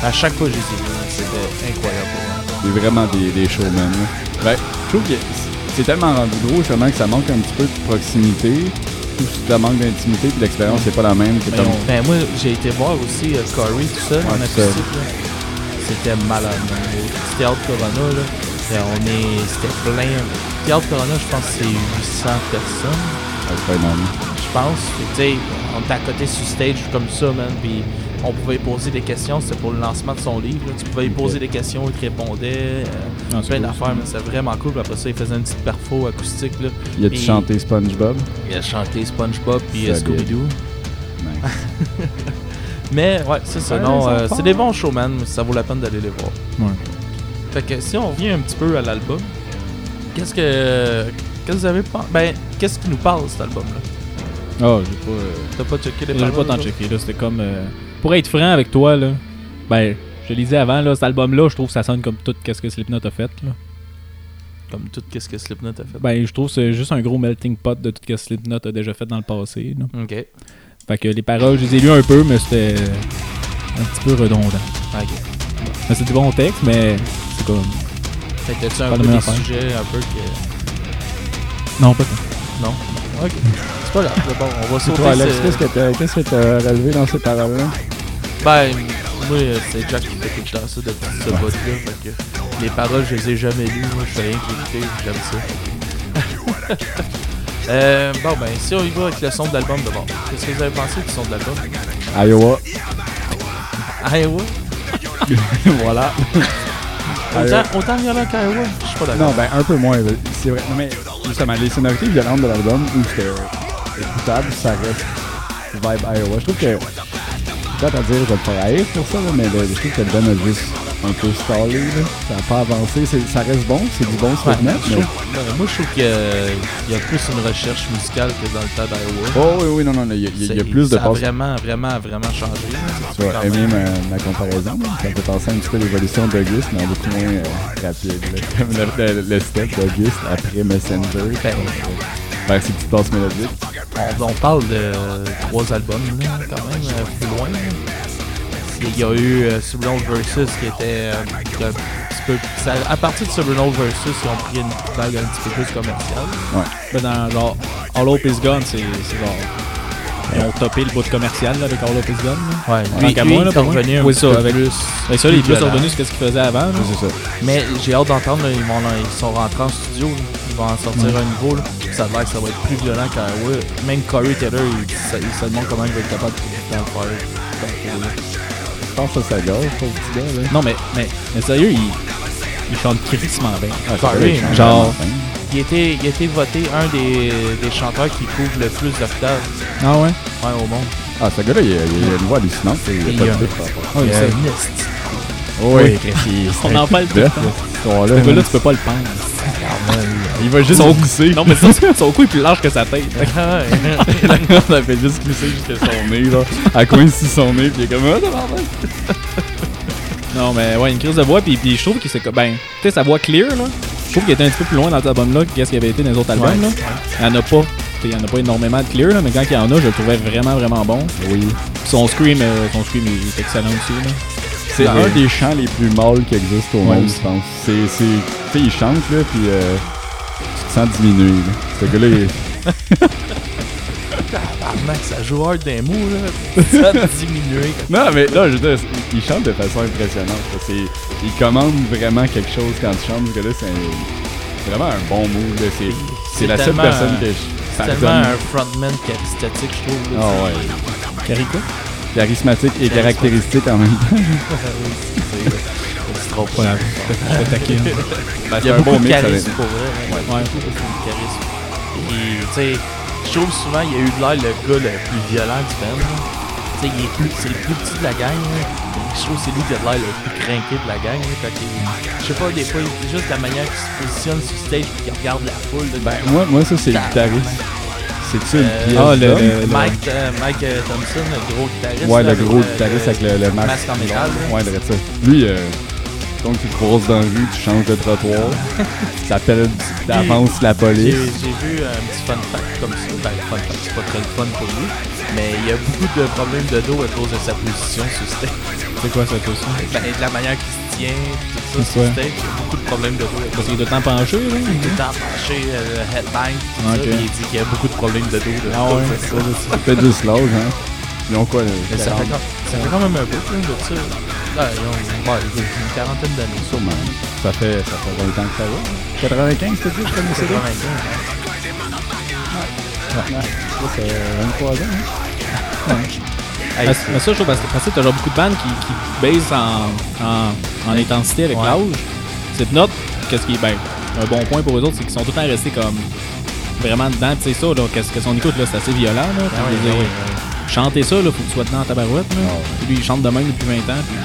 Speaker 2: À chaque fois que je les ai vus, c'était incroyable pour moi.
Speaker 3: C'est vraiment des, des showmen. là. Ben, je trouve que c'est- c'est tellement rendu gros justement que ça manque un petit peu de proximité. Tout ça manque d'intimité puis l'expérience c'est pas la même que
Speaker 2: Mais
Speaker 3: comme
Speaker 2: on- Ben moi, j'ai été voir aussi euh, Corey tout seul en
Speaker 3: tout
Speaker 2: acoustique.
Speaker 3: seul.
Speaker 2: là. C'était malade. man. Au Théâtre Corona, là, et on est... C'était plein. Au Théâtre Corona, je pense que c'est 800 personnes,
Speaker 3: avec Spider-Man.
Speaker 2: je pense. Puis, Tu sais, on était à côté sur stage comme ça, man. Puis on pouvait y poser des questions. C'était pour le lancement de son livre. là. Tu pouvais y poser des questions, il te répondait. euh,
Speaker 4: Ah, c'est
Speaker 2: plein
Speaker 4: cool,
Speaker 2: d'affaires, mais c'était vraiment cool. Puis après ça, il faisait une petite perfo acoustique. Là.
Speaker 3: Il a-tu
Speaker 2: Puis
Speaker 3: chanté SpongeBob?
Speaker 2: Il a chanté SpongeBob puis euh,
Speaker 3: Solide.
Speaker 2: Scooby-Doo.
Speaker 3: Nice.
Speaker 2: Mais ouais, c'est ça.
Speaker 3: Ouais,
Speaker 2: non,
Speaker 3: les
Speaker 2: euh,
Speaker 3: enfants.
Speaker 2: c'est des bons showman, mais ça vaut la peine d'aller les voir.
Speaker 4: Ouais.
Speaker 2: Fait que si on revient un petit peu à l'album, qu'est-ce que qu'est-ce que vous avez pensé Ben, qu'est-ce qui nous parle cet album-là
Speaker 4: Oh, j'ai pas. euh,
Speaker 2: T'as pas checké les
Speaker 4: J'ai pas
Speaker 2: paroles,
Speaker 4: tant
Speaker 2: là?
Speaker 4: checké, là. C'était comme. euh, Pour être franc avec toi, là. Ben, je l'ai dit avant, là, cet album-là, je trouve que ça sonne comme tout quest ce que Slipknot a fait, là.
Speaker 2: Comme tout qu'est-ce que Slipknot a fait.
Speaker 4: Ben, je trouve que c'est juste un gros melting pot de tout ce que Slipknot a déjà fait dans le passé, là.
Speaker 2: Ok.
Speaker 4: Fait que les paroles, je les ai lues un peu, mais c'était un petit peu redondant.
Speaker 2: Ok.
Speaker 4: Mais c'est du bon texte, mais c'est comme.
Speaker 2: Fait que t'as-tu
Speaker 4: Pas
Speaker 2: un
Speaker 4: de
Speaker 2: peu des
Speaker 4: meilleure affaire.
Speaker 2: sujets un peu que.
Speaker 4: Non, pas tant.
Speaker 2: Non. Ok. C'est pas grave. mais Bon, on va
Speaker 3: Toi,
Speaker 2: sauter.
Speaker 3: Alex,
Speaker 2: ce-
Speaker 3: qu'est-ce que t'as qu'est-ce que t'as relevé dans ces paroles-là?
Speaker 2: Ben, moi, euh, c'est Jack qui fait tout le temps ça depuis ce bot-là. Fait que les paroles, je les ai jamais lues. Moi, je fais rien qu'écouter. J'aime ça. Euh, bon, ben, si on y va avec le son de l'album d'abord, qu'est-ce que vous avez pensé du son de l'album
Speaker 3: Iowa.
Speaker 2: Iowa
Speaker 3: voilà. Euh,
Speaker 2: Autant, autant violent qu'Iowa Je suis pas d'accord.
Speaker 3: Non, ben un peu moins. là. C'est vrai. Non, mais justement, les sonorités violentes de l'album, où c'était écoutable, ça reste vibe Iowa. Je trouve que. Peut-être à dire, je vais te faire haïr pour ça, là, mais le- je trouve que l'album a juste un peu stallé. là. Ça n'a pas avancé. C'est- Ça reste bon, c'est du bon
Speaker 2: Ouais,
Speaker 3: statement,
Speaker 2: je
Speaker 3: mais.
Speaker 2: trouve- ben, moi, je trouve qu'il y a plus une recherche musicale que dans le temps d'Iowa.
Speaker 3: Oh oui, oui, non, non, il y a- il y, a- il y a
Speaker 2: C'est-
Speaker 3: plus de
Speaker 2: ça a
Speaker 3: passes.
Speaker 2: vraiment, vraiment, vraiment changé. là.
Speaker 3: Tu vas
Speaker 2: Quand
Speaker 3: aimer
Speaker 2: même.
Speaker 3: ma, ma comparaison. là. Ça me fait penser un petit peu à l'évolution d'Auguste, mais beaucoup moins euh, rapide. là. Comme le, le- le step d'Auguste après Messenger.
Speaker 2: Ben,
Speaker 3: Ben, Vers ses petites passes mélodiques.
Speaker 2: on, on parle de euh, trois albums, là, quand même, euh, plus loin. là. Il y a eu euh, Subliminal Versus qui était euh, un petit peu... ça- à partir de Subliminal Versus, ils ont pris une vague un petit peu plus commerciale.
Speaker 3: Ouais.
Speaker 4: Ben, dans genre All Hope is Gone, c'est c'est genre. Ils ont topé le bout de commercial là, avec All Hope is Gone. là.
Speaker 2: Ouais,
Speaker 4: Tant
Speaker 2: lui,
Speaker 4: qu'à
Speaker 2: lui,
Speaker 4: moi,
Speaker 2: il
Speaker 4: là,
Speaker 2: est
Speaker 4: pour moi.
Speaker 2: revenu un
Speaker 4: Oui,
Speaker 2: petit
Speaker 4: ça,
Speaker 2: peu
Speaker 4: avec-
Speaker 2: plus...
Speaker 4: Mais ça, il est plus
Speaker 2: violent.
Speaker 4: revenu sur ce qu'ils faisaient avant. là.
Speaker 3: C'est ça.
Speaker 2: Mais j'ai hâte d'entendre, là, ils, vont, là, ils sont rentrés en studio, là. ils vont en sortir un nouveau. là. Ça a l'air que ça va être plus violent qu'Iowa. Même Corey Taylor, il, ça- il se demande comment il va être capable de d'en faire. Donc, euh,
Speaker 3: Je pense que ça gâche pour le petit gars, là.
Speaker 4: Non, mais, mais, mais sérieux, ils ils chantent crissement bien.
Speaker 2: Corey,
Speaker 3: Ah, Ouais,
Speaker 4: Genre-
Speaker 3: enfin.
Speaker 2: il, était, il était voté un des, des chanteurs qui couvre le plus d'octaves
Speaker 4: Ah ouais?
Speaker 2: ouais, au monde.
Speaker 3: Ah, ce gars-là, il, a- il a une voix hallucinante. Il
Speaker 2: Il
Speaker 3: a pas
Speaker 2: a-
Speaker 3: de doute par rapport.
Speaker 4: Oui,
Speaker 2: Euh,
Speaker 4: c'est-
Speaker 3: Oh,
Speaker 2: oui,
Speaker 3: oui.
Speaker 4: On en parle tout le
Speaker 3: Là,
Speaker 4: temps.
Speaker 3: ce soir-là,
Speaker 4: Ce gars-là, tu peux pas le pendre.
Speaker 3: il va juste
Speaker 4: Son-
Speaker 3: glisser.
Speaker 4: Non, mais son, son cou est plus large que sa tête.
Speaker 2: Ah ouais.
Speaker 3: Ça fait juste glisser jusqu'à son nez, là. À coin si son nez, puis il est comme, ah, tabarnak.
Speaker 4: Non, mais ouais, une crise de voix, puis, puis je trouve que c'est. co- Ben, tu sais, sa voix clear, là. Je trouve qu'il était un petit peu plus loin dans cet album-là que ce qu'il avait été dans les autres albums,
Speaker 2: Ouais.
Speaker 4: là. Il y en a pas. Tu sais, Il y en a pas énormément de clear, là, mais quand il y en a, je le trouvais vraiment, vraiment bon.
Speaker 3: Oui.
Speaker 4: Puis son scream, euh, son scream, il est excellent aussi, là.
Speaker 3: C'est
Speaker 2: Ah,
Speaker 3: un
Speaker 2: oui.
Speaker 3: des chants les plus mâles qui existent au
Speaker 4: Ouais,
Speaker 3: monde,
Speaker 4: aussi.
Speaker 3: je pense. C'est, c'est, tu sais, il chante là, puis euh, tu te sens diminué. Là. Ce gars-là, il-
Speaker 2: Tabarnak, ça joue hard des mots, là. Ça a diminué.
Speaker 3: non mais là, je veux dire, il chante de façon impressionnante. là. C'est, il commande vraiment quelque chose quand il chante. Ce gars-là, c'est, un- c'est vraiment un bon move. là. C'est, c'est,
Speaker 2: C'est
Speaker 3: la seule
Speaker 2: tellement
Speaker 3: personne
Speaker 2: un-
Speaker 3: que je.
Speaker 2: C'est
Speaker 3: ça
Speaker 2: tellement
Speaker 3: donne-
Speaker 2: un frontman capitatique, je trouve. là.
Speaker 3: Ah ouais.
Speaker 4: Carico?
Speaker 3: Charismatique et caractéristique en même temps.
Speaker 2: C'est trop
Speaker 4: Pas grave. Pas taquer, hein.
Speaker 3: Ben,
Speaker 2: Il y
Speaker 3: c'est
Speaker 2: a
Speaker 3: un
Speaker 2: beaucoup
Speaker 3: bon
Speaker 2: de
Speaker 3: mix. avec-
Speaker 2: charisme pour vrai. hein.
Speaker 4: Ouais.
Speaker 2: Beaucoup, beaucoup de charisme. Et, tu sais, je trouve souvent, il y a eu de l'air le gars le plus violent du band. là. Tu sais, il est plus, c'est le plus petit de la gang. là. Je trouve que c'est lui qui a de l'air le plus craqué de la gang. là, quand il- Je sais pas, des fois, il- juste la manière qu'il se positionne sur stage et qu'il regarde la foule. là,
Speaker 3: Ben, moi, moi, ça, c'est le guitariste. C'est ça,
Speaker 2: Euh,
Speaker 3: le pièce.
Speaker 4: ah, le-
Speaker 3: d'homme?
Speaker 4: le-
Speaker 2: Mike, euh, Mike euh, Thompson, le gros guitariste.
Speaker 3: Ouais,
Speaker 2: là,
Speaker 3: le gros
Speaker 2: euh,
Speaker 3: guitariste avec le, le masque.
Speaker 2: en métal, là.
Speaker 3: Ouais, direct ça. Lui, euh, donc tu te croises dans la rue, tu changes de trottoir, t'appelles d'avance la
Speaker 2: J'ai j'ai
Speaker 3: police.
Speaker 2: vu un petit fun fact comme ça. Ben, le fun fact, c'est pas très le fun pour lui. Mais il y a beaucoup de problèmes de dos à cause de sa position sur stage.
Speaker 4: C'est quoi ça, tout ça?
Speaker 2: Ben, de la manière qu'il se tient, tout ça sur
Speaker 4: Ouais.
Speaker 2: stage, il y a beaucoup de problèmes de dos. à
Speaker 4: Parce
Speaker 2: cause
Speaker 4: qu'il est de temps penché, là.
Speaker 2: tout le temps penché, euh, headbang, tout
Speaker 4: Ok.
Speaker 2: ça. puis Il dit qu'il y a beaucoup de problèmes de dos. là.
Speaker 4: Ah ouais,
Speaker 2: Ça,
Speaker 4: c'est
Speaker 2: ça.
Speaker 4: pas de ça.
Speaker 3: Fais juste l'âge, hein. Ils ont quoi, là?
Speaker 2: Mais ça
Speaker 3: 40?
Speaker 2: fait, quand, ça fait quand même un bout là, de ça. Là, ils ont ouais, ils ont une quarantaine d'années, ça.
Speaker 3: Sûrement. Ça fait, ça fait 20 ans que ça va. 95, t'as dit, comme c'est là?
Speaker 2: 95, hein.
Speaker 3: Ouais. Ça, c'est 23 ans, hein.
Speaker 2: Hey,
Speaker 4: Mais mais ça, je trouve, parce que parce que t'as genre beaucoup de bandes qui, qui baissent en, en, en intensité avec
Speaker 2: Ouais.
Speaker 4: l'âge. Cette note, qu'est-ce qui est ben, un bon point pour eux autres, c'est qu'ils sont tout le temps restés comme vraiment dedans. Puis c'est ça, là, qu'est-ce que son écoute, là, c'est assez violent. Là, Puis
Speaker 2: Ah ouais,
Speaker 4: je veux
Speaker 2: ah
Speaker 4: dire,
Speaker 2: ouais,
Speaker 4: Chanter ça, là, faut que tu sois dedans en tabarouette. Là.
Speaker 3: Ah ouais.
Speaker 4: Puis lui, il chante de même depuis 20 ans. Puis,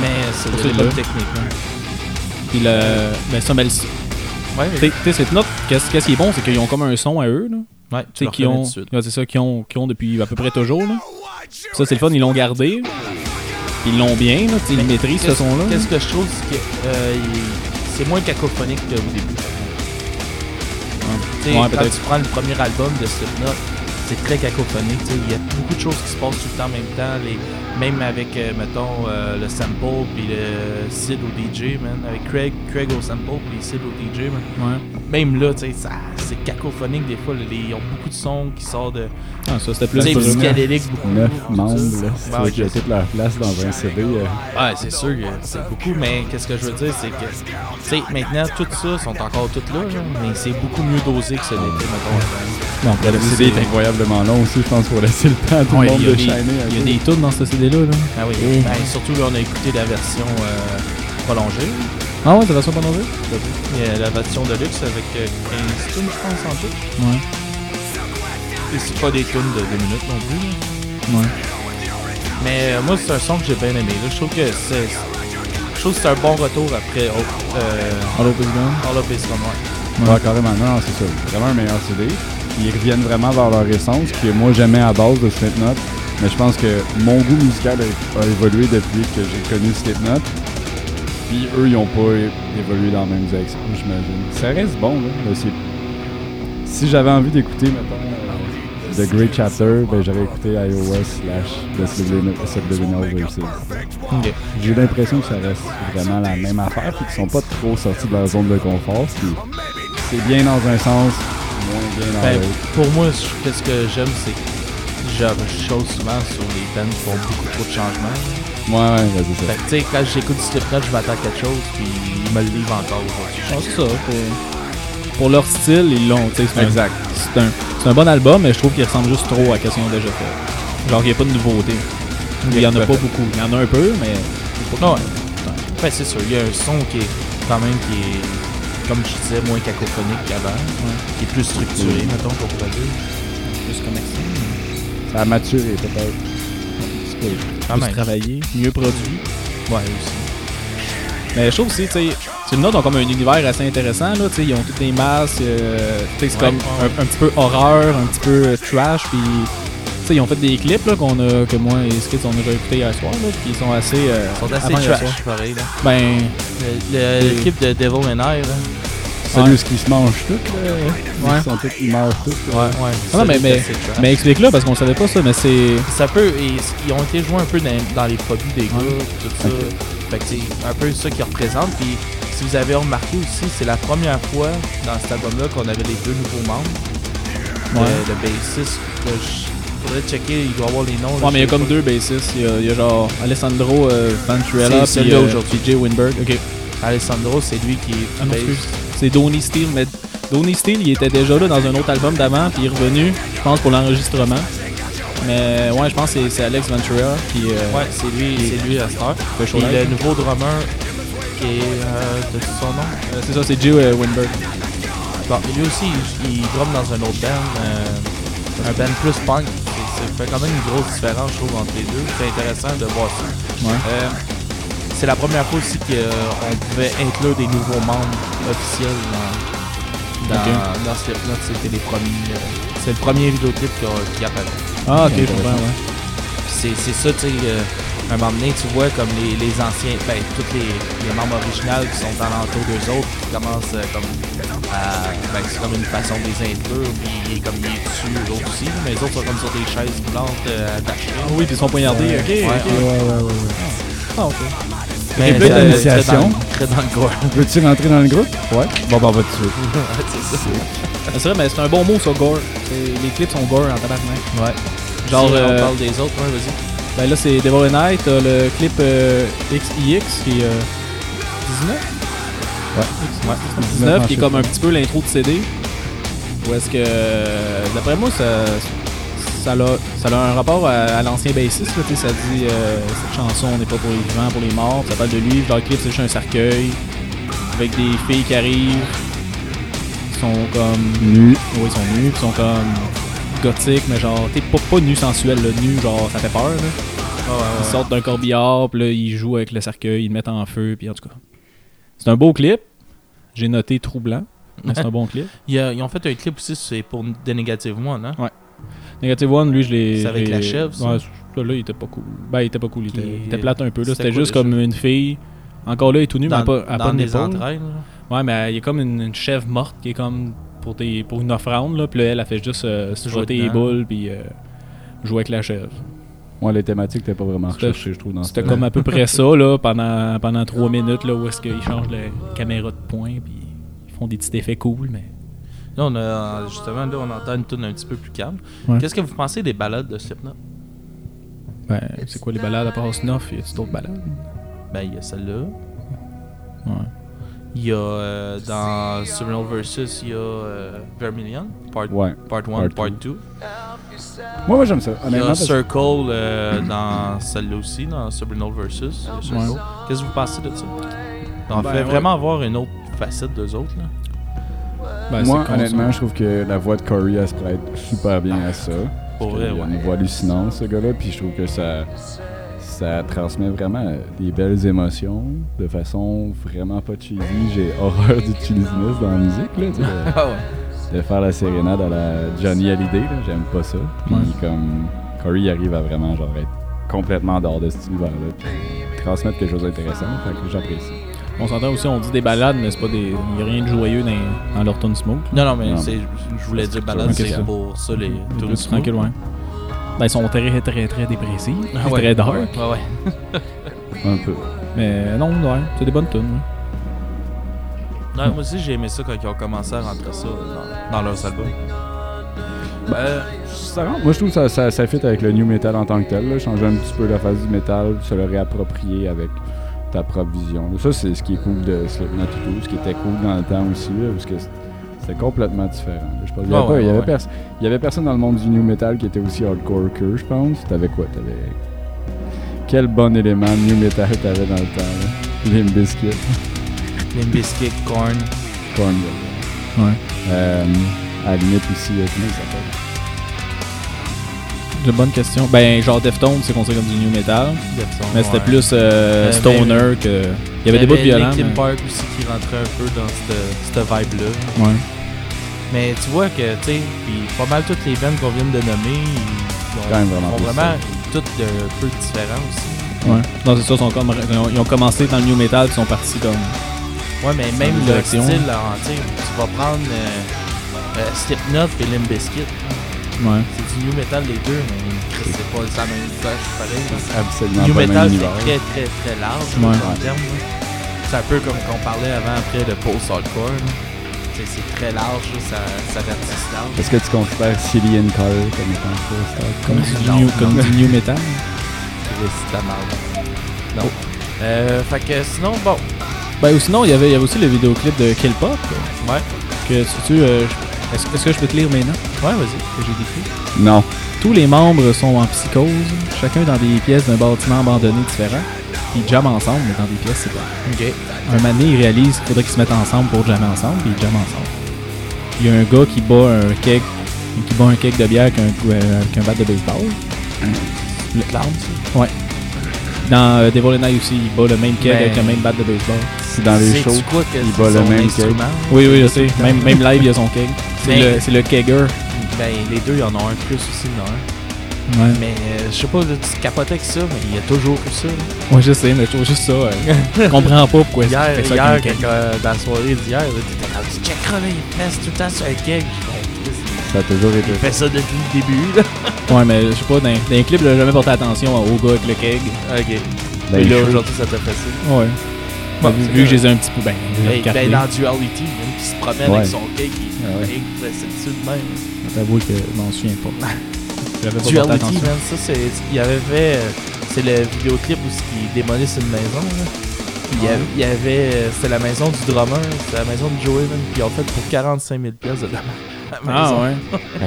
Speaker 2: Mais c'est
Speaker 4: Pour
Speaker 2: des
Speaker 4: celui-là.
Speaker 2: bonnes techniques. hein.
Speaker 4: puis le, ben, ça, mais le- tu
Speaker 2: Ouais, mais-
Speaker 4: sais- tu sais, cette note, qu'est-ce qu'est-ce qui est bon, c'est qu'ils ont comme un son à eux. Là.
Speaker 2: ouais,
Speaker 4: Tu
Speaker 2: tu
Speaker 4: sais, qui
Speaker 2: le reconnais
Speaker 4: ont,
Speaker 2: tout de suite.
Speaker 4: ouais, c'est ça, qui ont, qui ont depuis à peu près toujours. Là. Ça, c'est le fun, ils l'ont gardé. Ils l'ont bien, là, tu sais, ils maîtrisent ce
Speaker 2: Qu'est-ce-
Speaker 4: son-là.
Speaker 2: Qu'est-ce que je trouve, c'est que euh, il- c'est moins cacophonique qu'au début. Tu sais,
Speaker 4: Ouais,
Speaker 2: quand
Speaker 4: peut-être.
Speaker 2: tu prends le premier album de Slipknot, c'est très cacophonique. tu sais, Il y a beaucoup de choses qui se passent tout le temps en même temps. les- même avec, euh, mettons, euh, le sample, puis le Sid au DJ, man. Avec Craig, Craig au sample, puis Sid au DJ, man.
Speaker 4: Ouais.
Speaker 2: Même là, tu sais, ça, c'est cacophonique des fois. là, les- Ils ont beaucoup de sons qui sortent de.
Speaker 4: Ah, ça, c'était
Speaker 2: Tu
Speaker 4: plus
Speaker 2: sais,
Speaker 4: pour une-
Speaker 2: psychédélique, beaucoup.
Speaker 3: Neuf membres, là,
Speaker 2: Ben,
Speaker 3: c'est qui a
Speaker 2: ouais,
Speaker 3: toute leur place dans un CD.
Speaker 2: Ouais,
Speaker 3: euh,
Speaker 2: Ah, c'est sûr que c'est beaucoup, mais qu'est-ce que je veux dire, c'est que, tu sais, maintenant, tout ça, sont encore toutes là, genre, mais c'est beaucoup mieux dosé que ce n'était, mettons.
Speaker 4: Non,
Speaker 3: le CD est incroyablement long aussi, je pense, pour laisser le temps à tout
Speaker 4: Ouais,
Speaker 3: le monde
Speaker 4: il y a
Speaker 3: de
Speaker 4: des-
Speaker 3: shiner. un
Speaker 4: il y a
Speaker 3: peu.
Speaker 4: des tunes dans ce CD-là. Là.
Speaker 2: Ah oui, ben, surtout, là, on a écouté la version euh, prolongée,
Speaker 4: Ah ouais, de façon pendant Ouais.
Speaker 2: et, euh, la version de luxe avec euh, 15 tunes, je pense, en tout. Et c'est pas des tunes de 2 minutes non plus, là.
Speaker 4: Ouais.
Speaker 2: Mais euh, moi, c'est un son que j'ai bien aimé. là. Je trouve que c'est je trouve que c'est un bon retour après oh, euh,
Speaker 4: All Opus Gone.
Speaker 2: All Up Is Gone, ouais.
Speaker 3: Ouais, carrément, non, c'est ça. Vraiment un meilleur CD. Ils reviennent vraiment vers leur essence, que moi j'aimais à base de Slipknot. Mais je pense que mon goût musical a, a évolué depuis que j'ai connu Slipknot. Puis eux, ils ont pas é- évolué dans la même direction, j'imagine. Ça reste bon, là. mais c'est- Si j'avais envie d'écouter, mettons, euh, The Great Chapter, ben, j'aurais écouté iOS slash The Subliminal- Subliminal Verses. J'ai l'impression que ça reste vraiment la même affaire, puis qu'ils sont pas trop sortis de leur zone de confort. puis C'est bien dans un sens, moins bien dans
Speaker 2: Ben,
Speaker 3: l'autre.
Speaker 2: pour moi, je- qu'est-ce que j'aime, c'est que j'aime- je chose souvent sur les bands qui font beaucoup trop de changements.
Speaker 3: Ouais, ouais, ben, c'est ça.
Speaker 2: Fait que, tu sais, quand j'écoute du Slipknot, je m'attends à quelque chose, puis ils me le livrent encore aujourd'hui.
Speaker 4: Je pense que Ah, c'est ça. Pour, pour leur style, ils l'ont. tu sais, c'est un-
Speaker 3: Exact.
Speaker 4: C'est un, c'est un bon album, mais je trouve qu'il ressemble juste trop à ce qu'ils ont déjà fait. Genre, il n'y a pas de nouveauté. Il n'y en a pas
Speaker 2: parfait.
Speaker 4: beaucoup. Il y en a un peu, mais. c'est pas
Speaker 2: Non, ouais. Ben, c'est sûr, il y a un son qui est quand même qui est, comme je disais, moins cacophonique qu'avant, qui est plus structuré, mettons, qu'on pourrait dire.
Speaker 4: Mm. plus commercial.
Speaker 3: Ça a maturé peut-être. Un petit peu.
Speaker 2: Quand
Speaker 4: Plus
Speaker 2: même.
Speaker 4: travaillé, mieux produit.
Speaker 2: Ouais, aussi.
Speaker 4: Mais je trouve aussi, tu sais, Slipknot ont comme un univers assez intéressant, là, tu sais, ils ont toutes les masques, euh, tu sais, c'est
Speaker 2: Ouais,
Speaker 4: comme
Speaker 2: ouais.
Speaker 4: Un, un petit peu horreur, un petit peu euh, trash, puis, tu sais, ils ont fait des clips, là, qu'on a, que moi et Skits, on a déjà écouté hier soir, là, puis ils sont assez... euh,
Speaker 2: Ils sont assez
Speaker 4: avant hier soir.
Speaker 2: trash, pareil, là.
Speaker 4: Ben,
Speaker 2: Le- le- L'équipe de Devil and I, là.
Speaker 3: Celui où ce qui se mange tout, là.
Speaker 4: Ouais.
Speaker 3: Ils sont tous, ils meurent tous. là.
Speaker 2: Ouais, ouais.
Speaker 4: Ah non, mais, mais, mais explique-le, parce qu'on savait pas ça, mais c'est...
Speaker 2: Ça peut, ils, ils ont été joués un peu dans, dans les produits des groupes, tout ça. Fait que c'est un peu ça qu'ils représentent. Puis si vous avez remarqué aussi, c'est la première fois dans cet album-là qu'on avait les deux nouveaux membres.
Speaker 4: Ouais.
Speaker 2: Le, le bassiste, le- je faudrait checker, il doit avoir les noms. là,
Speaker 4: Ouais, mais il y
Speaker 2: je
Speaker 4: a
Speaker 2: sais
Speaker 4: comme
Speaker 2: pas.
Speaker 4: deux bassistes. Il y a, il y a genre Alessandro euh, Vanturella
Speaker 2: C'est
Speaker 4: puis
Speaker 2: celui-là
Speaker 4: euh,
Speaker 2: aujourd'hui.
Speaker 4: puis Jay Winberg. OK.
Speaker 2: Alessandro, c'est lui qui est
Speaker 4: Ah non,
Speaker 2: bass.
Speaker 4: excuse. C'est Donny Steele, mais Donny Steele, il était déjà là dans un autre album d'avant, puis il est revenu, je pense, pour l'enregistrement. Mais ouais, je pense que c'est- c'est Alex Ventura qui euh,
Speaker 2: Ouais, c'est lui, c'est lui à cette heure.
Speaker 4: fait chaud hein.
Speaker 2: Et
Speaker 4: live.
Speaker 2: le nouveau drummer qui est. Euh, t'as-tu son nom
Speaker 4: Euh, C'est ça, c'est Jay euh, Winberg.
Speaker 2: Bon, et lui aussi, il, il drum dans un autre band, euh, un band plus punk. C'est- Ça fait quand même une grosse différence, je trouve, entre les deux. C'est intéressant de voir ça.
Speaker 4: Ouais.
Speaker 2: Euh, c'est la première fois aussi qu'on pouvait inclure des nouveaux membres officiels dans, dans,
Speaker 4: Ok.
Speaker 2: dans ce clip-là. C'était les premiers. euh, c'est le premier vidéoclip qui, a- qui apparaît.
Speaker 4: Ah, ok, je
Speaker 3: intéressant.
Speaker 4: comprends, ouais.
Speaker 2: Puis C'est c'est ça, tu sais, euh, un moment donné, tu vois comme les, les anciens, ben, tous les, les membres originaux qui sont alentour d'eux autres, qui commencent euh, comme à. Ben, c'est comme une façon de les inclure, puis il est comme les dessus, eux autres aussi, mais les autres sont comme sur des chaises blanches euh, attachées.
Speaker 4: Ah oui, puis ils sont poignardés. Ok,
Speaker 2: Ouais,
Speaker 4: ok.
Speaker 3: Ouais, ouais, ouais, ouais.
Speaker 4: Ah, ok.
Speaker 2: Mais
Speaker 3: plein
Speaker 2: euh,
Speaker 3: d'initiations.
Speaker 2: Très dans le gore.
Speaker 3: Veux-tu rentrer dans le groupe? Ouais. Bon, ben, on va te suivre.
Speaker 2: c'est ça.
Speaker 4: Ah, C'est vrai, mais c'est un bon mot sur gore. C'est- Les clips sont gore en tabarnak.
Speaker 2: Ouais.
Speaker 4: Genre,
Speaker 2: Genre, on
Speaker 4: euh,
Speaker 2: parle des autres, ouais, vas-y.
Speaker 4: Ben là, c'est Devil and Night, t'as le clip euh, XIX qui est euh, 19
Speaker 3: Ouais.
Speaker 4: 19 qui est comme un petit peu l'intro de CD. Ou est-ce que, euh, d'après moi, ça, ça, a, ça a un rapport à, à l'ancien bassiste. là, tu sais, ça dit euh, cette chanson, on n'est pas pour les vivants, pour les morts. Ça parle de lui. Dans le clip, c'est juste un cercueil avec des filles qui arrivent, qui sont comme.
Speaker 3: Nu.
Speaker 4: Oui, ils sont nus, puis ils sont comme gothiques, mais genre, t'es pas, pas nus sensuel, là, nus, genre, ça fait peur.
Speaker 2: Ah
Speaker 4: Là. Ils sortent d'un corbillard, puis là, ils jouent avec le cercueil, ils le mettent en feu, puis en tout cas. C'est un beau clip. J'ai noté troublant, mais c'est un bon clip.
Speaker 2: Il y a- Ils ont fait un clip aussi, c'est pour Dénégative One, hein?
Speaker 4: Negative One, lui, je l'ai.
Speaker 2: C'est avec
Speaker 4: je
Speaker 2: la
Speaker 4: l'ai-
Speaker 2: chèvre, ça?
Speaker 4: Ouais, celui-là, il était pas cool. Ben, il était pas cool, il
Speaker 2: Qui-
Speaker 4: était, il était plate un peu, là.
Speaker 2: C'était
Speaker 4: C'était
Speaker 2: quoi
Speaker 4: juste
Speaker 2: déjà?
Speaker 4: comme une fille. Encore là, il est tout nu, mais à pas, à
Speaker 2: dans
Speaker 4: pas de
Speaker 2: les
Speaker 4: l'épaule.
Speaker 2: entrailles, là.
Speaker 4: Ouais, mais euh, il y a comme une, une chèvre morte qui est comme pour, des, pour une offrande, là. Puis là, elle, elle fait juste euh, se
Speaker 2: Jouer
Speaker 4: jeter les
Speaker 2: dedans.
Speaker 4: boules, puis euh, jouer avec la chèvre.
Speaker 3: Ouais, les thématiques t'es pas vraiment
Speaker 4: Mm. C'était-
Speaker 3: recherchées, je trouve, dans
Speaker 4: C'était
Speaker 3: ce-
Speaker 4: comme à peu près ça là, pendant, pendant trois minutes là, où est-ce qu'ils changent la caméra de point puis ils font des petits effets cool mais
Speaker 2: Là, on a, justement, là, on entend une tune un petit peu plus calme.
Speaker 4: Ouais.
Speaker 2: Qu'est-ce que vous pensez des balades de Slipknot?
Speaker 4: Ben, c'est quoi les balades à part Snuff? Y a-tu d'autres balades?
Speaker 2: Ben, il y a celle-là.
Speaker 4: Ouais.
Speaker 2: Il y a euh, dans Surreal Versus, il y a euh, Vermilion, Part 1,
Speaker 3: Ouais.
Speaker 2: Part 2.
Speaker 3: Part Moi, moi j'aime ça.
Speaker 2: Il y
Speaker 3: Honnêtement,
Speaker 2: a
Speaker 3: parce que
Speaker 2: Circle euh, dans celle-là aussi, dans Subrenal Versus. il y a Circle.
Speaker 4: Ouais.
Speaker 2: Qu'est-ce que vous pensez de ça? On
Speaker 4: Ben,
Speaker 2: fait
Speaker 4: ouais.
Speaker 2: vraiment avoir une autre facette d'eux autres. Là.
Speaker 4: Ben,
Speaker 3: moi,
Speaker 4: c'est con, ça.
Speaker 3: honnêtement, je trouve que la voix de Corey, elle se prête super bien à ça.
Speaker 2: Pour
Speaker 3: Il
Speaker 2: vrai,
Speaker 3: a
Speaker 2: ouais.
Speaker 3: une voix hallucinante, ce gars-là, puis je trouve que ça, ça transmet vraiment des belles émotions de façon vraiment pas cheesy. J'ai horreur du cheesiness dans la musique, là, tu sais.
Speaker 2: Ah ouais.
Speaker 3: de faire la sérénade à la Johnny Hallyday, là, j'aime pas ça. Puis
Speaker 4: Ouais.
Speaker 3: comme Corey il arrive à vraiment genre être complètement dehors de cet univers-là, puis transmettre quelque chose d'intéressant, fait que j'apprécie.
Speaker 4: On s'entend aussi, on dit des balades, mais c'est pas des. Y a rien de joyeux dans, dans leur tune smoke.
Speaker 2: Non, non, mais
Speaker 3: Non.
Speaker 2: c'est- je voulais dire balade,
Speaker 3: Ok,
Speaker 2: c'est
Speaker 4: ça.
Speaker 2: pour ça les
Speaker 4: Tout
Speaker 2: touristes.
Speaker 4: tranquille, ouais. Ben, ils sont très, très, très dépressifs.
Speaker 2: Ah ouais.
Speaker 4: Très dark.
Speaker 2: Ouais, ouais.
Speaker 3: Un peu.
Speaker 4: Mais non, ouais, c'est des bonnes tunes. ouais.
Speaker 2: Non, moi aussi, j'ai aimé ça quand ils ont commencé à rentrer ça dans, dans leurs albums. Ben,
Speaker 3: Ça rentre. Moi, je trouve que ça, ça, ça fit avec le new metal en tant que tel. là. Changer un petit peu la face du métal, se le réapproprier avec ta propre vision. là. Ça, c'est ce qui est cool de Slipknot et tout, ce qui était cool dans le temps aussi, là, parce que c'était complètement différent. là. Je pense qu'il y
Speaker 2: Ah
Speaker 3: avait, pas-
Speaker 2: ouais,
Speaker 3: il y
Speaker 2: ouais,
Speaker 3: avait
Speaker 2: ouais.
Speaker 3: pers- il y avait personne dans le monde du new metal qui était aussi hardcore que eux, je pense. T'avais quoi T'avais. Quel bon élément de new metal t'avais dans le temps là? Limp Bizkit,
Speaker 2: Limbiskit, Korn.
Speaker 3: Korn.
Speaker 4: Ouais.
Speaker 3: Euh, à la limite aussi, euh, comment il s'appelle
Speaker 4: C'est une bonne question. Ben, genre Deftones, c'est considéré comme du new metal.
Speaker 2: Deftones,
Speaker 4: Mais c'était
Speaker 2: ouais.
Speaker 4: plus euh,
Speaker 2: Mais-
Speaker 4: stoner que. Il y avait des bouts
Speaker 2: bottes
Speaker 4: violents.
Speaker 2: Linkin
Speaker 4: mais-
Speaker 2: Park aussi qui rentrait un peu dans cette, cette vibe-là.
Speaker 4: Ouais.
Speaker 2: Mais tu vois que, tu sais, puis pas mal toutes les bandes qu'on vient de nommer, ils ont,
Speaker 3: Quand même vraiment
Speaker 2: font
Speaker 3: plus
Speaker 2: vraiment toutes de peu différents aussi.
Speaker 4: Ouais. Non, c'est ça, ils, sont comme- ils ont- ils ont commencé dans le new metal, puis ils sont partis comme.
Speaker 2: Ouais, mais même le
Speaker 4: deux directions.
Speaker 2: style, là, tu sais, tu vas prendre euh, euh, Slipknot et Limp Bizkit.
Speaker 4: Ouais.
Speaker 2: C'est du new metal les deux, mais Chris, c'est pas la même tâche pareil. là.
Speaker 3: Absolument
Speaker 2: New
Speaker 3: pas le même
Speaker 2: metal,
Speaker 3: univers.
Speaker 2: c'est très très très large
Speaker 4: Ouais.
Speaker 2: en termes. là. C'est un peu comme qu'on parlait avant après de post-hardcore. là. Tu sais, C'est très large, là, ça, ça vertisse large.
Speaker 3: Est-ce que tu considères Cillian Cole comme étant ça? ça,
Speaker 4: Comme
Speaker 3: Comme
Speaker 4: du,
Speaker 2: Non,
Speaker 4: new,
Speaker 2: non.
Speaker 4: comme du new metal.
Speaker 2: Chris, ta marde. Non.
Speaker 4: Oh.
Speaker 2: Euh, fait que sinon, bon.
Speaker 4: Ben, ou sinon, il y avait, il y avait aussi le vidéoclip de Kill Pop.
Speaker 2: Ouais.
Speaker 4: Que tu. tu, euh, je- Est-ce est-ce que je peux te lire maintenant
Speaker 2: Ouais, vas-y.
Speaker 4: que j'ai décrit
Speaker 3: Non.
Speaker 4: Tous les membres sont en psychose, chacun dans des pièces d'un bâtiment abandonné différent. Ils jamment ensemble, mais dans des pièces séparées.
Speaker 2: Ok.
Speaker 4: Un moment donné, ils réalisent qu'il faudrait qu'ils se mettent ensemble pour jammer ensemble, puis ils jamment ensemble. Il y a un gars qui bat un keg, qui bat un keg de bière avec un, cou- euh, avec un bat de baseball. Le clown, ça? Ouais. Dans euh, Devil Night aussi, il bat le même keg
Speaker 2: Ben-
Speaker 4: avec le même bat de baseball.
Speaker 3: C'est dans les shows.
Speaker 2: Sais-tu quoi que
Speaker 3: il
Speaker 2: c'est
Speaker 3: bat le
Speaker 2: son
Speaker 3: même
Speaker 2: instrument?
Speaker 4: Oui, oui, je sais. Même, même live, il y a son keg. C'est
Speaker 2: Mais-
Speaker 4: le, c'est le kegger.
Speaker 2: Ben, les deux, il y en a un plus aussi, il y en a un.
Speaker 4: Ouais.
Speaker 2: Mais euh, je sais pas, là, tu te capotais avec ça, mais il y a toujours eu ça. là.
Speaker 4: Ouais, je sais, mais je trouve juste ça. euh, je comprends pas pourquoi c'est
Speaker 2: Hier,
Speaker 4: ça
Speaker 2: hier
Speaker 4: comme
Speaker 2: quand, euh, dans la soirée d'hier, là, t'étais comme, tu checkeras là, il place tout le temps sur un cake.
Speaker 3: Ça a toujours été
Speaker 2: Il fait ça depuis le début, là.
Speaker 4: keg. Ouais, mais je sais pas, dans, dans les clips, j'ai jamais porté attention au gars avec le keg.
Speaker 2: Ok.
Speaker 3: Ben,
Speaker 2: Et
Speaker 3: il
Speaker 2: là,
Speaker 3: chaud.
Speaker 2: aujourd'hui, ça t'a fait ça.
Speaker 4: Ouais.
Speaker 2: Bon,
Speaker 4: vu
Speaker 2: c'est
Speaker 4: vu que
Speaker 2: vrai.
Speaker 4: j'ai un petit peu. Ben,
Speaker 2: Hey,
Speaker 4: regardez.
Speaker 2: ben, dans Duality, même, qui se promène
Speaker 3: Ouais.
Speaker 2: avec son cake, il
Speaker 3: Ah ouais.
Speaker 2: il fait ça dessus de même.
Speaker 4: T'avoues que je m'en souviens pas. J'avais pas porté
Speaker 2: Duality,
Speaker 4: attention.
Speaker 3: ben,
Speaker 2: man, ça, c'est. Il avait fait. euh, C'est le vidéoclip où il démolissent une maison, là. Puis Il
Speaker 3: Ah
Speaker 2: y avait. il y avait, euh, C'était la maison du drummer, c'était la maison de Joey, man. Puis ils ont fait pour 45 000 pièces de dommages. à la
Speaker 4: Ah
Speaker 2: maison.
Speaker 4: ouais.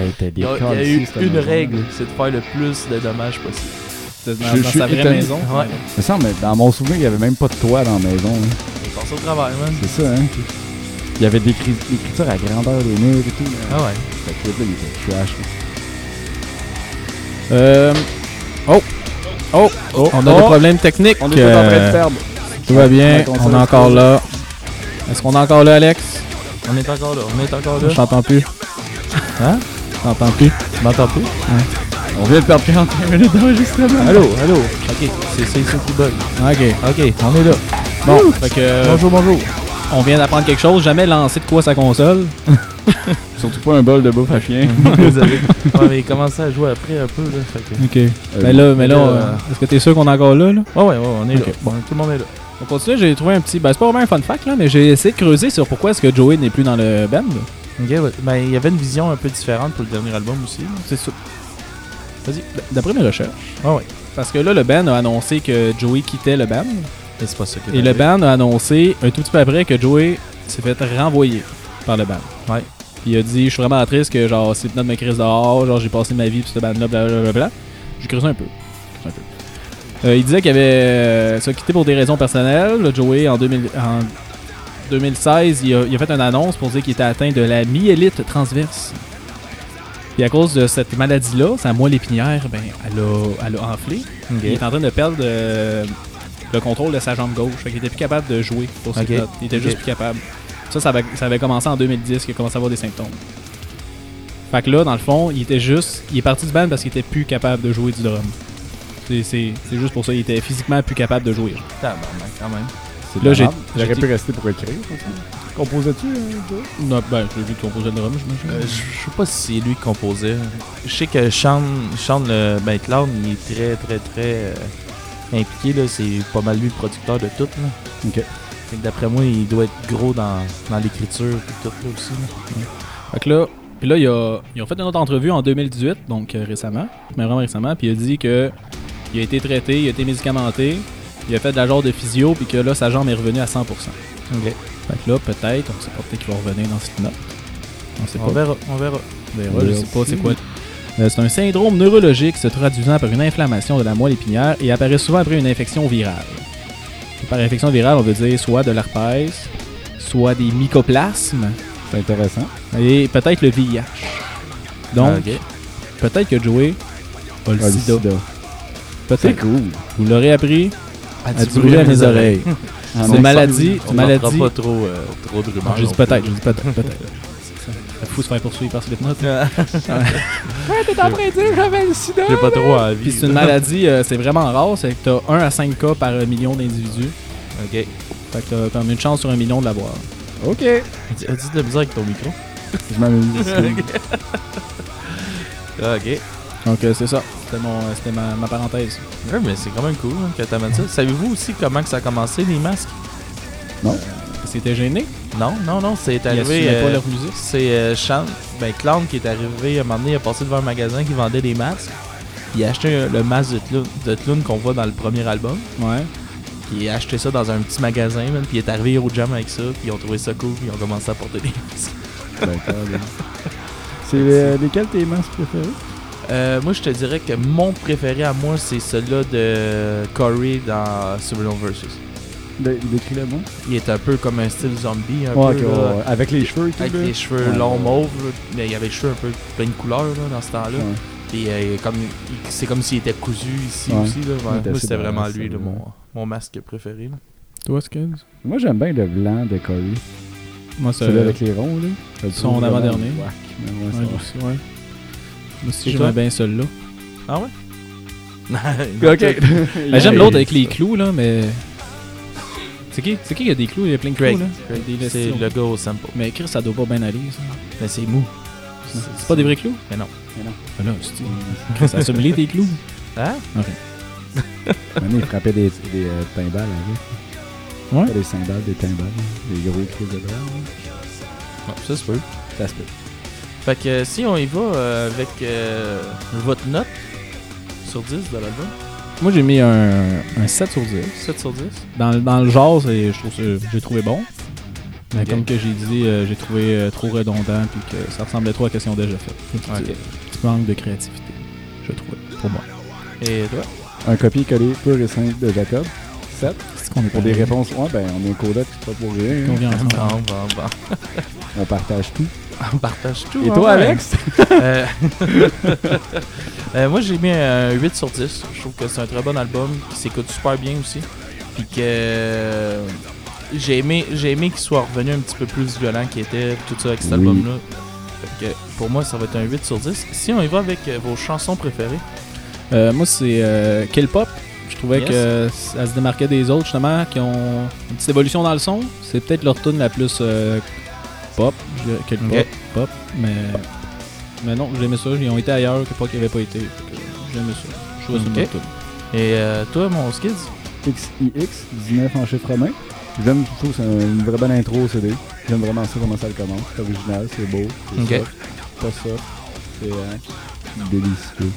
Speaker 3: Hey, t'as des
Speaker 2: Il y a, il y a
Speaker 3: câbles
Speaker 2: eu
Speaker 3: ici, cette
Speaker 2: une
Speaker 3: maison.
Speaker 2: règle, c'est de faire le plus de dommages possible.
Speaker 4: C'était dans,
Speaker 3: Je-
Speaker 4: dans
Speaker 3: je
Speaker 4: sa
Speaker 3: suis
Speaker 4: vraie
Speaker 3: étonné.
Speaker 4: maison.
Speaker 2: Ouais.
Speaker 3: Mais ça, mais dans mon souvenir, il n'y avait même pas de toit dans la maison. hein.
Speaker 2: Il passe au travail, man.
Speaker 3: C'est ça, hein? Il y avait des cri- des écritures à grandeur des murs et tout. là.
Speaker 2: Ah ouais.
Speaker 3: Fait que là, il était trash. là.
Speaker 4: Euh. Oh! Oh! On a
Speaker 3: Oh!
Speaker 4: des problèmes techniques. euh,
Speaker 3: On est tout en
Speaker 2: Euh.
Speaker 3: train de perdre.
Speaker 4: Tout va bien.
Speaker 3: Attends,
Speaker 4: On est
Speaker 3: ça,
Speaker 4: encore
Speaker 3: c'est-
Speaker 4: là. Est-ce qu'on est encore là, Alex?
Speaker 2: On est encore là, on est encore là.
Speaker 4: Je t'entends plus. Hein? Je t'entends plus.
Speaker 2: Je m'entends plus.
Speaker 3: On vient de perdre 45 minutes d'enregistrement. Allô?
Speaker 2: allô. Ok, c'est c'est ça qui bug.
Speaker 4: Ok.
Speaker 2: Ok, on est là.
Speaker 4: Bon, fait que. euh,
Speaker 2: Bonjour, bonjour.
Speaker 4: On vient d'apprendre quelque chose, jamais lancer de quoi sa console.
Speaker 3: Surtout pas un bol de bouffe à chien.
Speaker 2: Vous avez ouais, mais il commençait à jouer après un peu, là. Fait que...
Speaker 4: Ok. mais là, mais là,
Speaker 2: euh,
Speaker 4: euh, est-ce que t'es sûr qu'on est encore là, là?
Speaker 2: Ouais, ouais, ouais, on est là.
Speaker 4: Ok,
Speaker 2: Bon, tout le monde est là.
Speaker 4: On continue, j'ai trouvé un petit. Ben, c'est pas vraiment un fun fact, là, mais j'ai essayé de creuser sur pourquoi est-ce que Joey n'est plus dans le band.
Speaker 2: Ok, ouais. Ben, il y avait une vision un peu différente pour le dernier album aussi. là.
Speaker 4: C'est ça. Vas-y. D'après mes recherches,
Speaker 2: Ah ouais.
Speaker 4: parce que là, le band a annoncé que Joey quittait le band.
Speaker 2: Mais c'est pas ça que
Speaker 4: Et le band a annoncé un tout petit peu après que Joey s'est fait renvoyer par le band.
Speaker 2: Ouais.
Speaker 4: Puis il a dit Je suis vraiment triste que genre c'est de me crise dehors, genre j'ai passé ma vie pour cette band-là, blablabla. J'ai cru ça un peu. J'ai cru ça un peu. Euh, il disait qu'il avait euh, ça quitté pour des raisons personnelles. Le Joey en, 2000 en 2016, il a, il a fait une annonce pour dire qu'il était atteint de la myélite transverse. Puis à cause de cette maladie-là, sa moelle épinière, ben, elle, a, elle a enflé.
Speaker 2: Ok.
Speaker 4: Il est en train de perdre euh, le contrôle de sa jambe gauche. Fait qu'il était plus capable de jouer pour ses
Speaker 2: Ok.
Speaker 4: notes. Il était
Speaker 2: Ok.
Speaker 4: juste plus capable. Ça, ça avait, ça avait commencé en 2010 qu'il a commencé à avoir des symptômes. Fait que là, dans le fond, il était juste. Il est parti du ban parce qu'il était plus capable de jouer du drum. C'est- C'est c'est juste pour ça, il était physiquement plus capable de jouer.
Speaker 2: Tabarnak, quand même.
Speaker 3: C'est de
Speaker 4: Là,
Speaker 3: la
Speaker 4: j'ai-
Speaker 3: merde.
Speaker 4: j'ai
Speaker 3: J'aurais
Speaker 4: dit-
Speaker 3: pu rester pour écrire. en fait. Composais-tu, euh, Joe?
Speaker 4: Non, ben, j'ai vu qu'on posait le drum, j'imagine.
Speaker 2: Euh, je je sais pas si c'est lui qui composait. Je sais que Sean, Sean le ben, Clown, il est très, très, très euh, impliqué. là. C'est pas mal lui le producteur de tout. Là.
Speaker 3: Ok.
Speaker 2: Fait que D'après moi, il doit être gros dans, dans l'écriture et tout là, aussi. là.
Speaker 4: Fait que là, puis là, il a- ils ont fait une autre entrevue en 2018, donc euh, récemment, mais vraiment récemment, puis il a dit que il a été traité, il a été médicamenté, il a fait de la genre de physio, puis que là, sa jambe est revenue à 100%. Fait que là, peut-être, on sait pas, peut-être qu'il va revenir dans cette note. On sait
Speaker 2: On
Speaker 4: pas.
Speaker 2: verra, on verra.
Speaker 4: On verra, je sais pas c'est quoi. Euh, c'est un syndrome neurologique se traduisant par une inflammation de la moelle épinière et apparaît souvent après une infection virale. Et par infection virale, on veut dire soit de l'herpès, soit des mycoplasmes,
Speaker 3: C'est intéressant.
Speaker 4: et peut-être le VIH. Donc,
Speaker 2: Ok.
Speaker 4: peut-être que Joey a le
Speaker 3: Ah, le
Speaker 4: sida.
Speaker 3: sida. C'est
Speaker 4: Peut-être.
Speaker 3: cool.
Speaker 4: Vous l'aurez appris
Speaker 2: Ah,
Speaker 4: à du bruit à mes oreilles.
Speaker 3: Ah,
Speaker 4: C'est
Speaker 3: non,
Speaker 4: une maladie.
Speaker 2: On
Speaker 4: Une
Speaker 2: ne
Speaker 4: maladie.
Speaker 2: pas trop, euh, trop de rumeurs.
Speaker 4: Je dis
Speaker 2: non plus.
Speaker 4: peut-être, je dis peut-être, peut-être. Ça fout de se faire poursuivre par Slipknot.
Speaker 2: t'es en train
Speaker 4: de dire j'avais le sida.
Speaker 2: J'ai pas trop envie.
Speaker 4: Puis c'est une
Speaker 2: là.
Speaker 4: maladie, euh, c'est vraiment rare, c'est que t'as 1 à 5 cas par euh, million d'individus.
Speaker 2: Ok.
Speaker 4: Fait que t'as comme une chance sur un million de l'avoir.
Speaker 3: OK.
Speaker 2: Dis- Dis de la misère avec ton micro.
Speaker 3: Je m'amuse.
Speaker 2: Ah, ok.
Speaker 4: Donc euh, c'est ça, c'était mon, euh, c'était ma, ma parenthèse.
Speaker 2: Ouais, mais c'est quand même cool hein, que t'amènes ça. Savez-vous aussi comment que ça a commencé, les masques?
Speaker 4: C'était gêné,
Speaker 2: Non, non, non, c'est
Speaker 4: ils
Speaker 2: arrivé...
Speaker 4: assumaient pas
Speaker 2: euh,
Speaker 4: leur musique.
Speaker 2: C'est euh, Sean, ben Clown qui est arrivé à un moment donné, il a passé devant un magasin qui vendait des masques. Il a acheté euh, le masque de clown, de clown qu'on voit dans le premier album.
Speaker 4: Ouais.
Speaker 2: Puis il a acheté ça dans un petit magasin, man, puis il est arrivé au jam avec ça, puis ils ont trouvé ça cool, puis ils ont commencé à porter des masques.
Speaker 3: Ben, C'est euh, lesquels tes masques préférés?
Speaker 2: Euh, moi, je te dirais que mon préféré à moi, c'est celui-là de Corey dans Subliminal Versus.
Speaker 3: Dé- Décris-le moi.
Speaker 2: Il est un peu comme un style zombie, un
Speaker 3: Ouais,
Speaker 2: peu, là,
Speaker 3: ok, ouais, ouais. euh, Avec les cheveux et tout.
Speaker 2: avec
Speaker 3: là.
Speaker 2: les cheveux
Speaker 3: Ouais,
Speaker 2: longs
Speaker 3: ouais.
Speaker 2: mauves, là, mais il avait les cheveux un peu plein de couleurs là, dans ce temps-là.
Speaker 3: Ouais.
Speaker 2: Puis euh, comme, il- c'est comme s'il était cousu ici
Speaker 3: Ouais.
Speaker 2: aussi. Là,
Speaker 3: Il
Speaker 2: ouais.
Speaker 3: était
Speaker 2: Moi,
Speaker 3: assez
Speaker 2: c'était
Speaker 3: badass,
Speaker 2: vraiment lui, là,
Speaker 3: celui-là.
Speaker 2: mon, mon masque préféré. là.
Speaker 4: Toi, Skills
Speaker 3: Moi, j'aime bien le blanc de Corey.
Speaker 4: Moi, c'est.
Speaker 3: Celui avec les ronds, là. Je le
Speaker 4: son
Speaker 3: trouve
Speaker 4: avant-dernier.
Speaker 3: vraiment whack, mais ouais, ça
Speaker 4: Ouais,
Speaker 3: va.
Speaker 4: lui aussi, ouais. Moi aussi,
Speaker 2: Et toi?
Speaker 4: j'aimais bien celui-là.
Speaker 2: Ah ouais?
Speaker 3: Ok.
Speaker 4: Ben, J'aime
Speaker 2: Ouais,
Speaker 4: l'autre avec les
Speaker 2: ça.
Speaker 4: clous, là, mais. C'est qui C'est qui qui a des clous Il y a plein de
Speaker 2: Craig.
Speaker 4: clous, là.
Speaker 2: Craig,
Speaker 4: Des
Speaker 2: C'est
Speaker 4: vestiges.
Speaker 2: le gars au sample.
Speaker 4: Mais Chris, ça doit pas bien aller, ça.
Speaker 2: Mais c'est mou.
Speaker 4: C'est pas des vrais clous
Speaker 2: Mais non.
Speaker 4: Ben là, c'est- Chris, assume les tes clous.
Speaker 2: Hein?
Speaker 3: Maintenant, il frappait des, des euh, timbales avec.
Speaker 4: Ouais.
Speaker 3: Pas des cymbales, des timbales. Des gros cris de bras. là.
Speaker 2: Non, ça se peut.
Speaker 3: Ça se peut.
Speaker 2: Fait que euh, si on y va euh, avec euh, votre note sur 10 de l'album,
Speaker 4: Moi, j'ai mis un, un 7 sur 10.
Speaker 2: 7 sur 10.
Speaker 4: Dans, le- dans le genre, c'est- je trouve ça- j'ai trouvé bon. Mais
Speaker 2: Ok.
Speaker 4: comme que j'ai dit, euh, j'ai trouvé euh, trop redondant puis que ça ressemblait trop à ce qu'ils ont déjà fait. Un
Speaker 2: Ok.
Speaker 4: petit- euh, petit manque de créativité, je trouve, pour moi.
Speaker 2: Et toi?
Speaker 3: Un copier-coller pur et simple de Jacob. 7.
Speaker 4: Est-ce qu'on est
Speaker 3: Pour des réponses, ouais, ben, on est coloc, c'est pas pour rien.
Speaker 4: On
Speaker 3: hein.
Speaker 4: vient ensemble.
Speaker 2: Bon, bon, bon.
Speaker 3: On partage tout.
Speaker 2: On partage tout.
Speaker 3: Et
Speaker 2: hein,
Speaker 3: toi,
Speaker 2: ouais.
Speaker 3: Alex?
Speaker 2: Euh, euh, moi, j'ai mis un 8 sur 10. Je trouve que c'est un très bon album qui s'écoute super bien aussi. Puis que euh, j'ai aimé, j'ai aimé qu'il soit revenu un petit peu plus violent qu'il était, tout ça avec cet
Speaker 3: Oui.
Speaker 2: album-là. Fait que pour moi, ça va être un 8 sur 10. Si on y va avec euh, vos chansons préférées,
Speaker 4: Euh, moi, c'est euh, K-pop. Je trouvais
Speaker 2: Yes.
Speaker 4: que c- elle se démarquait des autres, justement, qui ont une petite évolution dans le son. C'est peut-être leur tune la plus euh, pop, je dirais, K-pop,
Speaker 2: Ok.
Speaker 4: pop, mais, mais non, j'aimais ça. Ils ont été ailleurs que pas qu'ils avaient pas été. Fait que J'aimais ça. Je trouvais ça une
Speaker 2: Ok.
Speaker 4: bonne tune.
Speaker 2: et euh, toi, mon Skids,
Speaker 3: XIX, 19 en chiffre romain. J'aime, je trouve, que c'est un- une vraie bonne intro au CD. J'aime vraiment ça, comment ça le commence. C'est original, c'est beau. C'est
Speaker 2: Ok.
Speaker 3: soft, Pas ça. C'est euh, délicieux.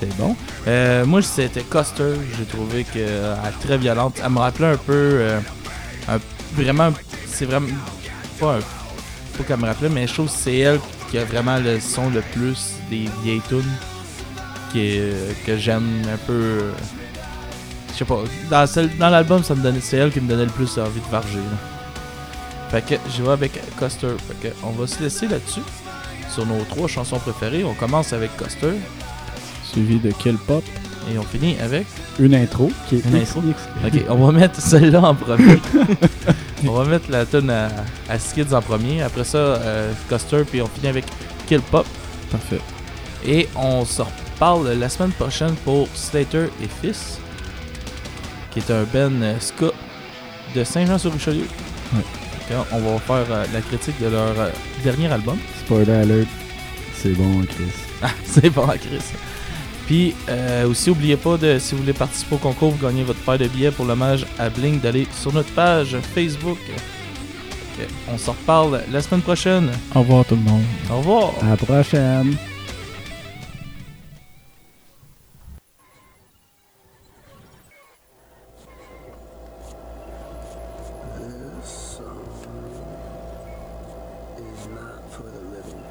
Speaker 2: C'est bon. Euh, moi, c'était costeuse. J'ai trouvé qu'elle est très violente. Elle me rappelait un peu. euh, un- vraiment. C'est vraiment. Pas un. Pas qu'elle me rappelait, mais je trouve que c'est elle qui a vraiment le son le plus des vieilles tunes qui est, euh, que j'aime un peu. euh, je sais pas. Dans, celle- dans l'album, ça me donnait- c'est elle qui me donnait le plus envie de varger. là. Fait que je vais avec Coster. Fait que on va se laisser là-dessus. Sur nos trois chansons préférées, on commence avec Coster
Speaker 4: Suivi de Kill Pop.
Speaker 2: et on finit avec
Speaker 3: Une intro qui est
Speaker 2: Une intro.
Speaker 3: XXX.
Speaker 2: Ok, on va mettre celle-là en premier. on va mettre la tonne à, à Skids en premier. Après ça, euh, Coster, puis on finit avec Kill Pop.
Speaker 4: Parfait.
Speaker 2: Et on se reparle la semaine prochaine pour Slater et Fils, qui est un Ben euh, ska de Saint-Jean-sur-Richelieu.
Speaker 4: Ouais.
Speaker 2: Donc, On va faire euh, la critique de leur euh, dernier album.
Speaker 3: Spoiler alert. C'est bon, Chris.
Speaker 2: Ah, c'est bon, Chris. Puis euh, aussi, n'oubliez pas, de, si vous voulez participer au concours, vous gagnez votre paire de billets pour l'hommage à Blink, d'aller sur notre page Facebook. Ok, On s'en reparle la semaine prochaine.
Speaker 4: Au revoir tout le monde.
Speaker 2: Au revoir.
Speaker 3: À la prochaine.
Speaker 1: This song is not for the living.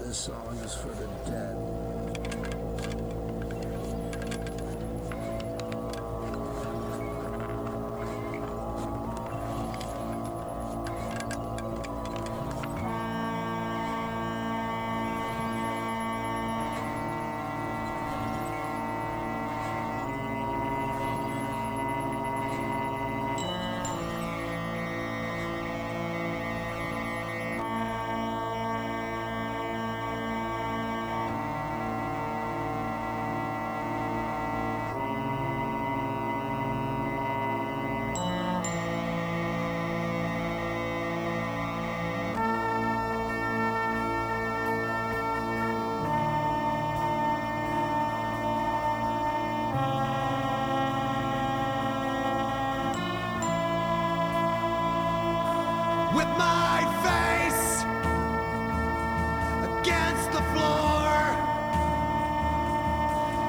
Speaker 1: This song is for the dead.
Speaker 5: with my face against the floor.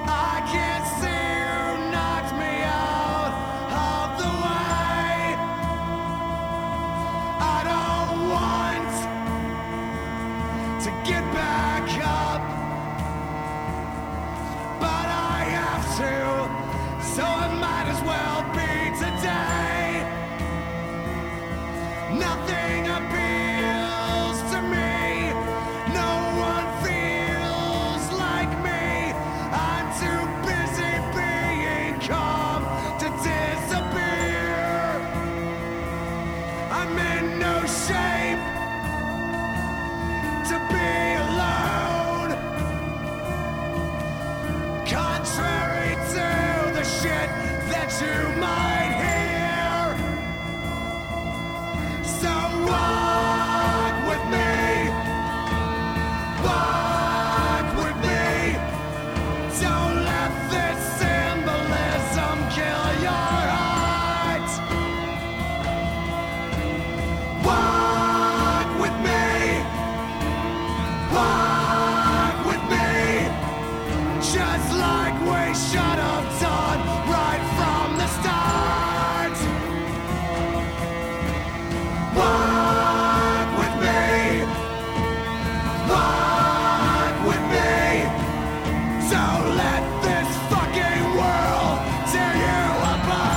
Speaker 5: I can't see you knocked me out of the way. I don't want to get back up, but I have to, so it might as well be today. Nothing appeals to me. No one feels like me. I'm too busy being calm to disappear. I'm in no shape to be alone. Contrary to the shit that you might hear. So walk with me. Walk with me. Don't let this symbolism kill your heart. Walk with me. Walk with me. Just like we should have done right from the start. Walk with me. Walk with me. So let this fucking world tear you apart.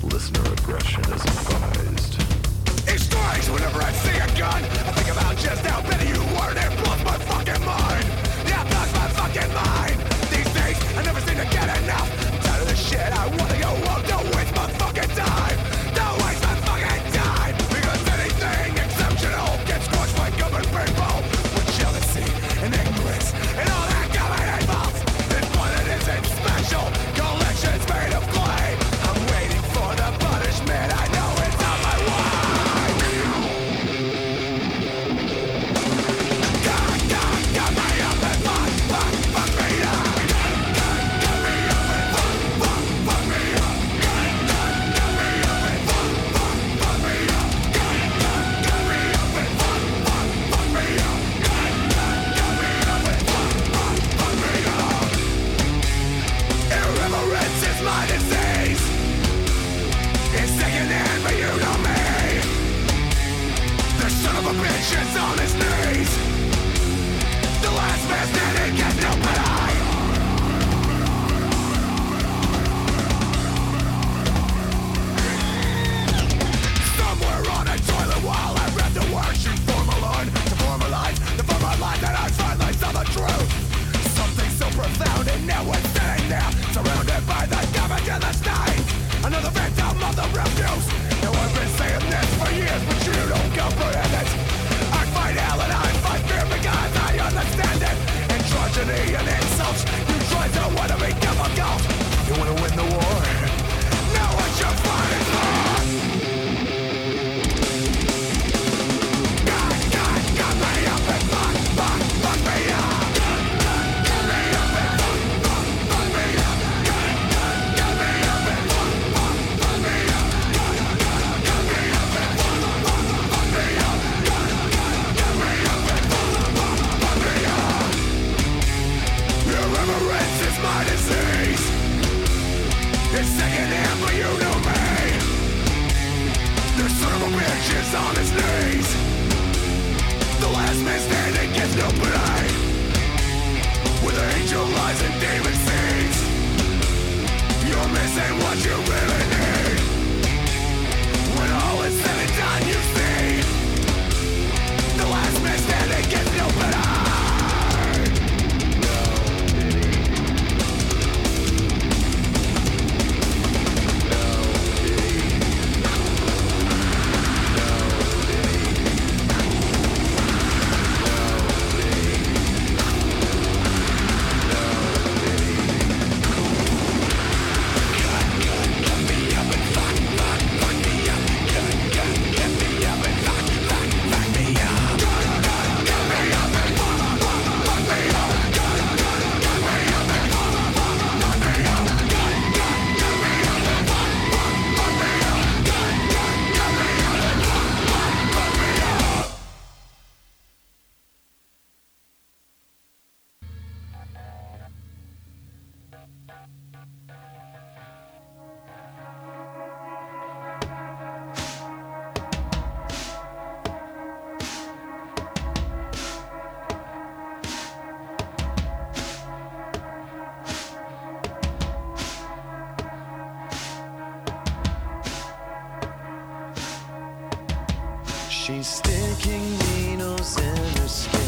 Speaker 6: violence, no aggression is advised.
Speaker 5: It's strange whenever I see a gun. I think about just how many you were, and it blows my fucking mind. Yeah, it blows my fucking mind. These days, I never seem to get enough. I'm tired of this shit. I wanna go home. Don't waste my fucking time. Don't waste my fucking time. Because anything exceptional gets scorched by common people with jealousy and ignorance and all that common evil. This planet isn't special. Collections made of clay. I'm waiting for the punishment. I know it's on my way. Irreverence is my disease. It's secondhand, but you know me. The son of a bitch is on his knees. The last man standing gets no pity. Somewhere on a toilet wall, I read the words you formalize to formalize the formalize that I silence of the truth. Something so profound, and now it's sitting there, surrounded by the damage and the stain. Another victim of the refuse. Now I've been saying this for years, but you don't comprehend it. I fight hell and I fight fear because I understand it. Androgyny and insults, you try to wanna be difficult. You wanna win the war? Now what you're fighting for? Irreverence is my disease. It's secondhand, but you know me. The son of a bitch is on his knees. The last man standing gets no pity. With angel eyes and demon seeds, you're missing what you really need. When all is said and done, you see the last man standing gets no pity.
Speaker 7: She's sticking needles in her skin.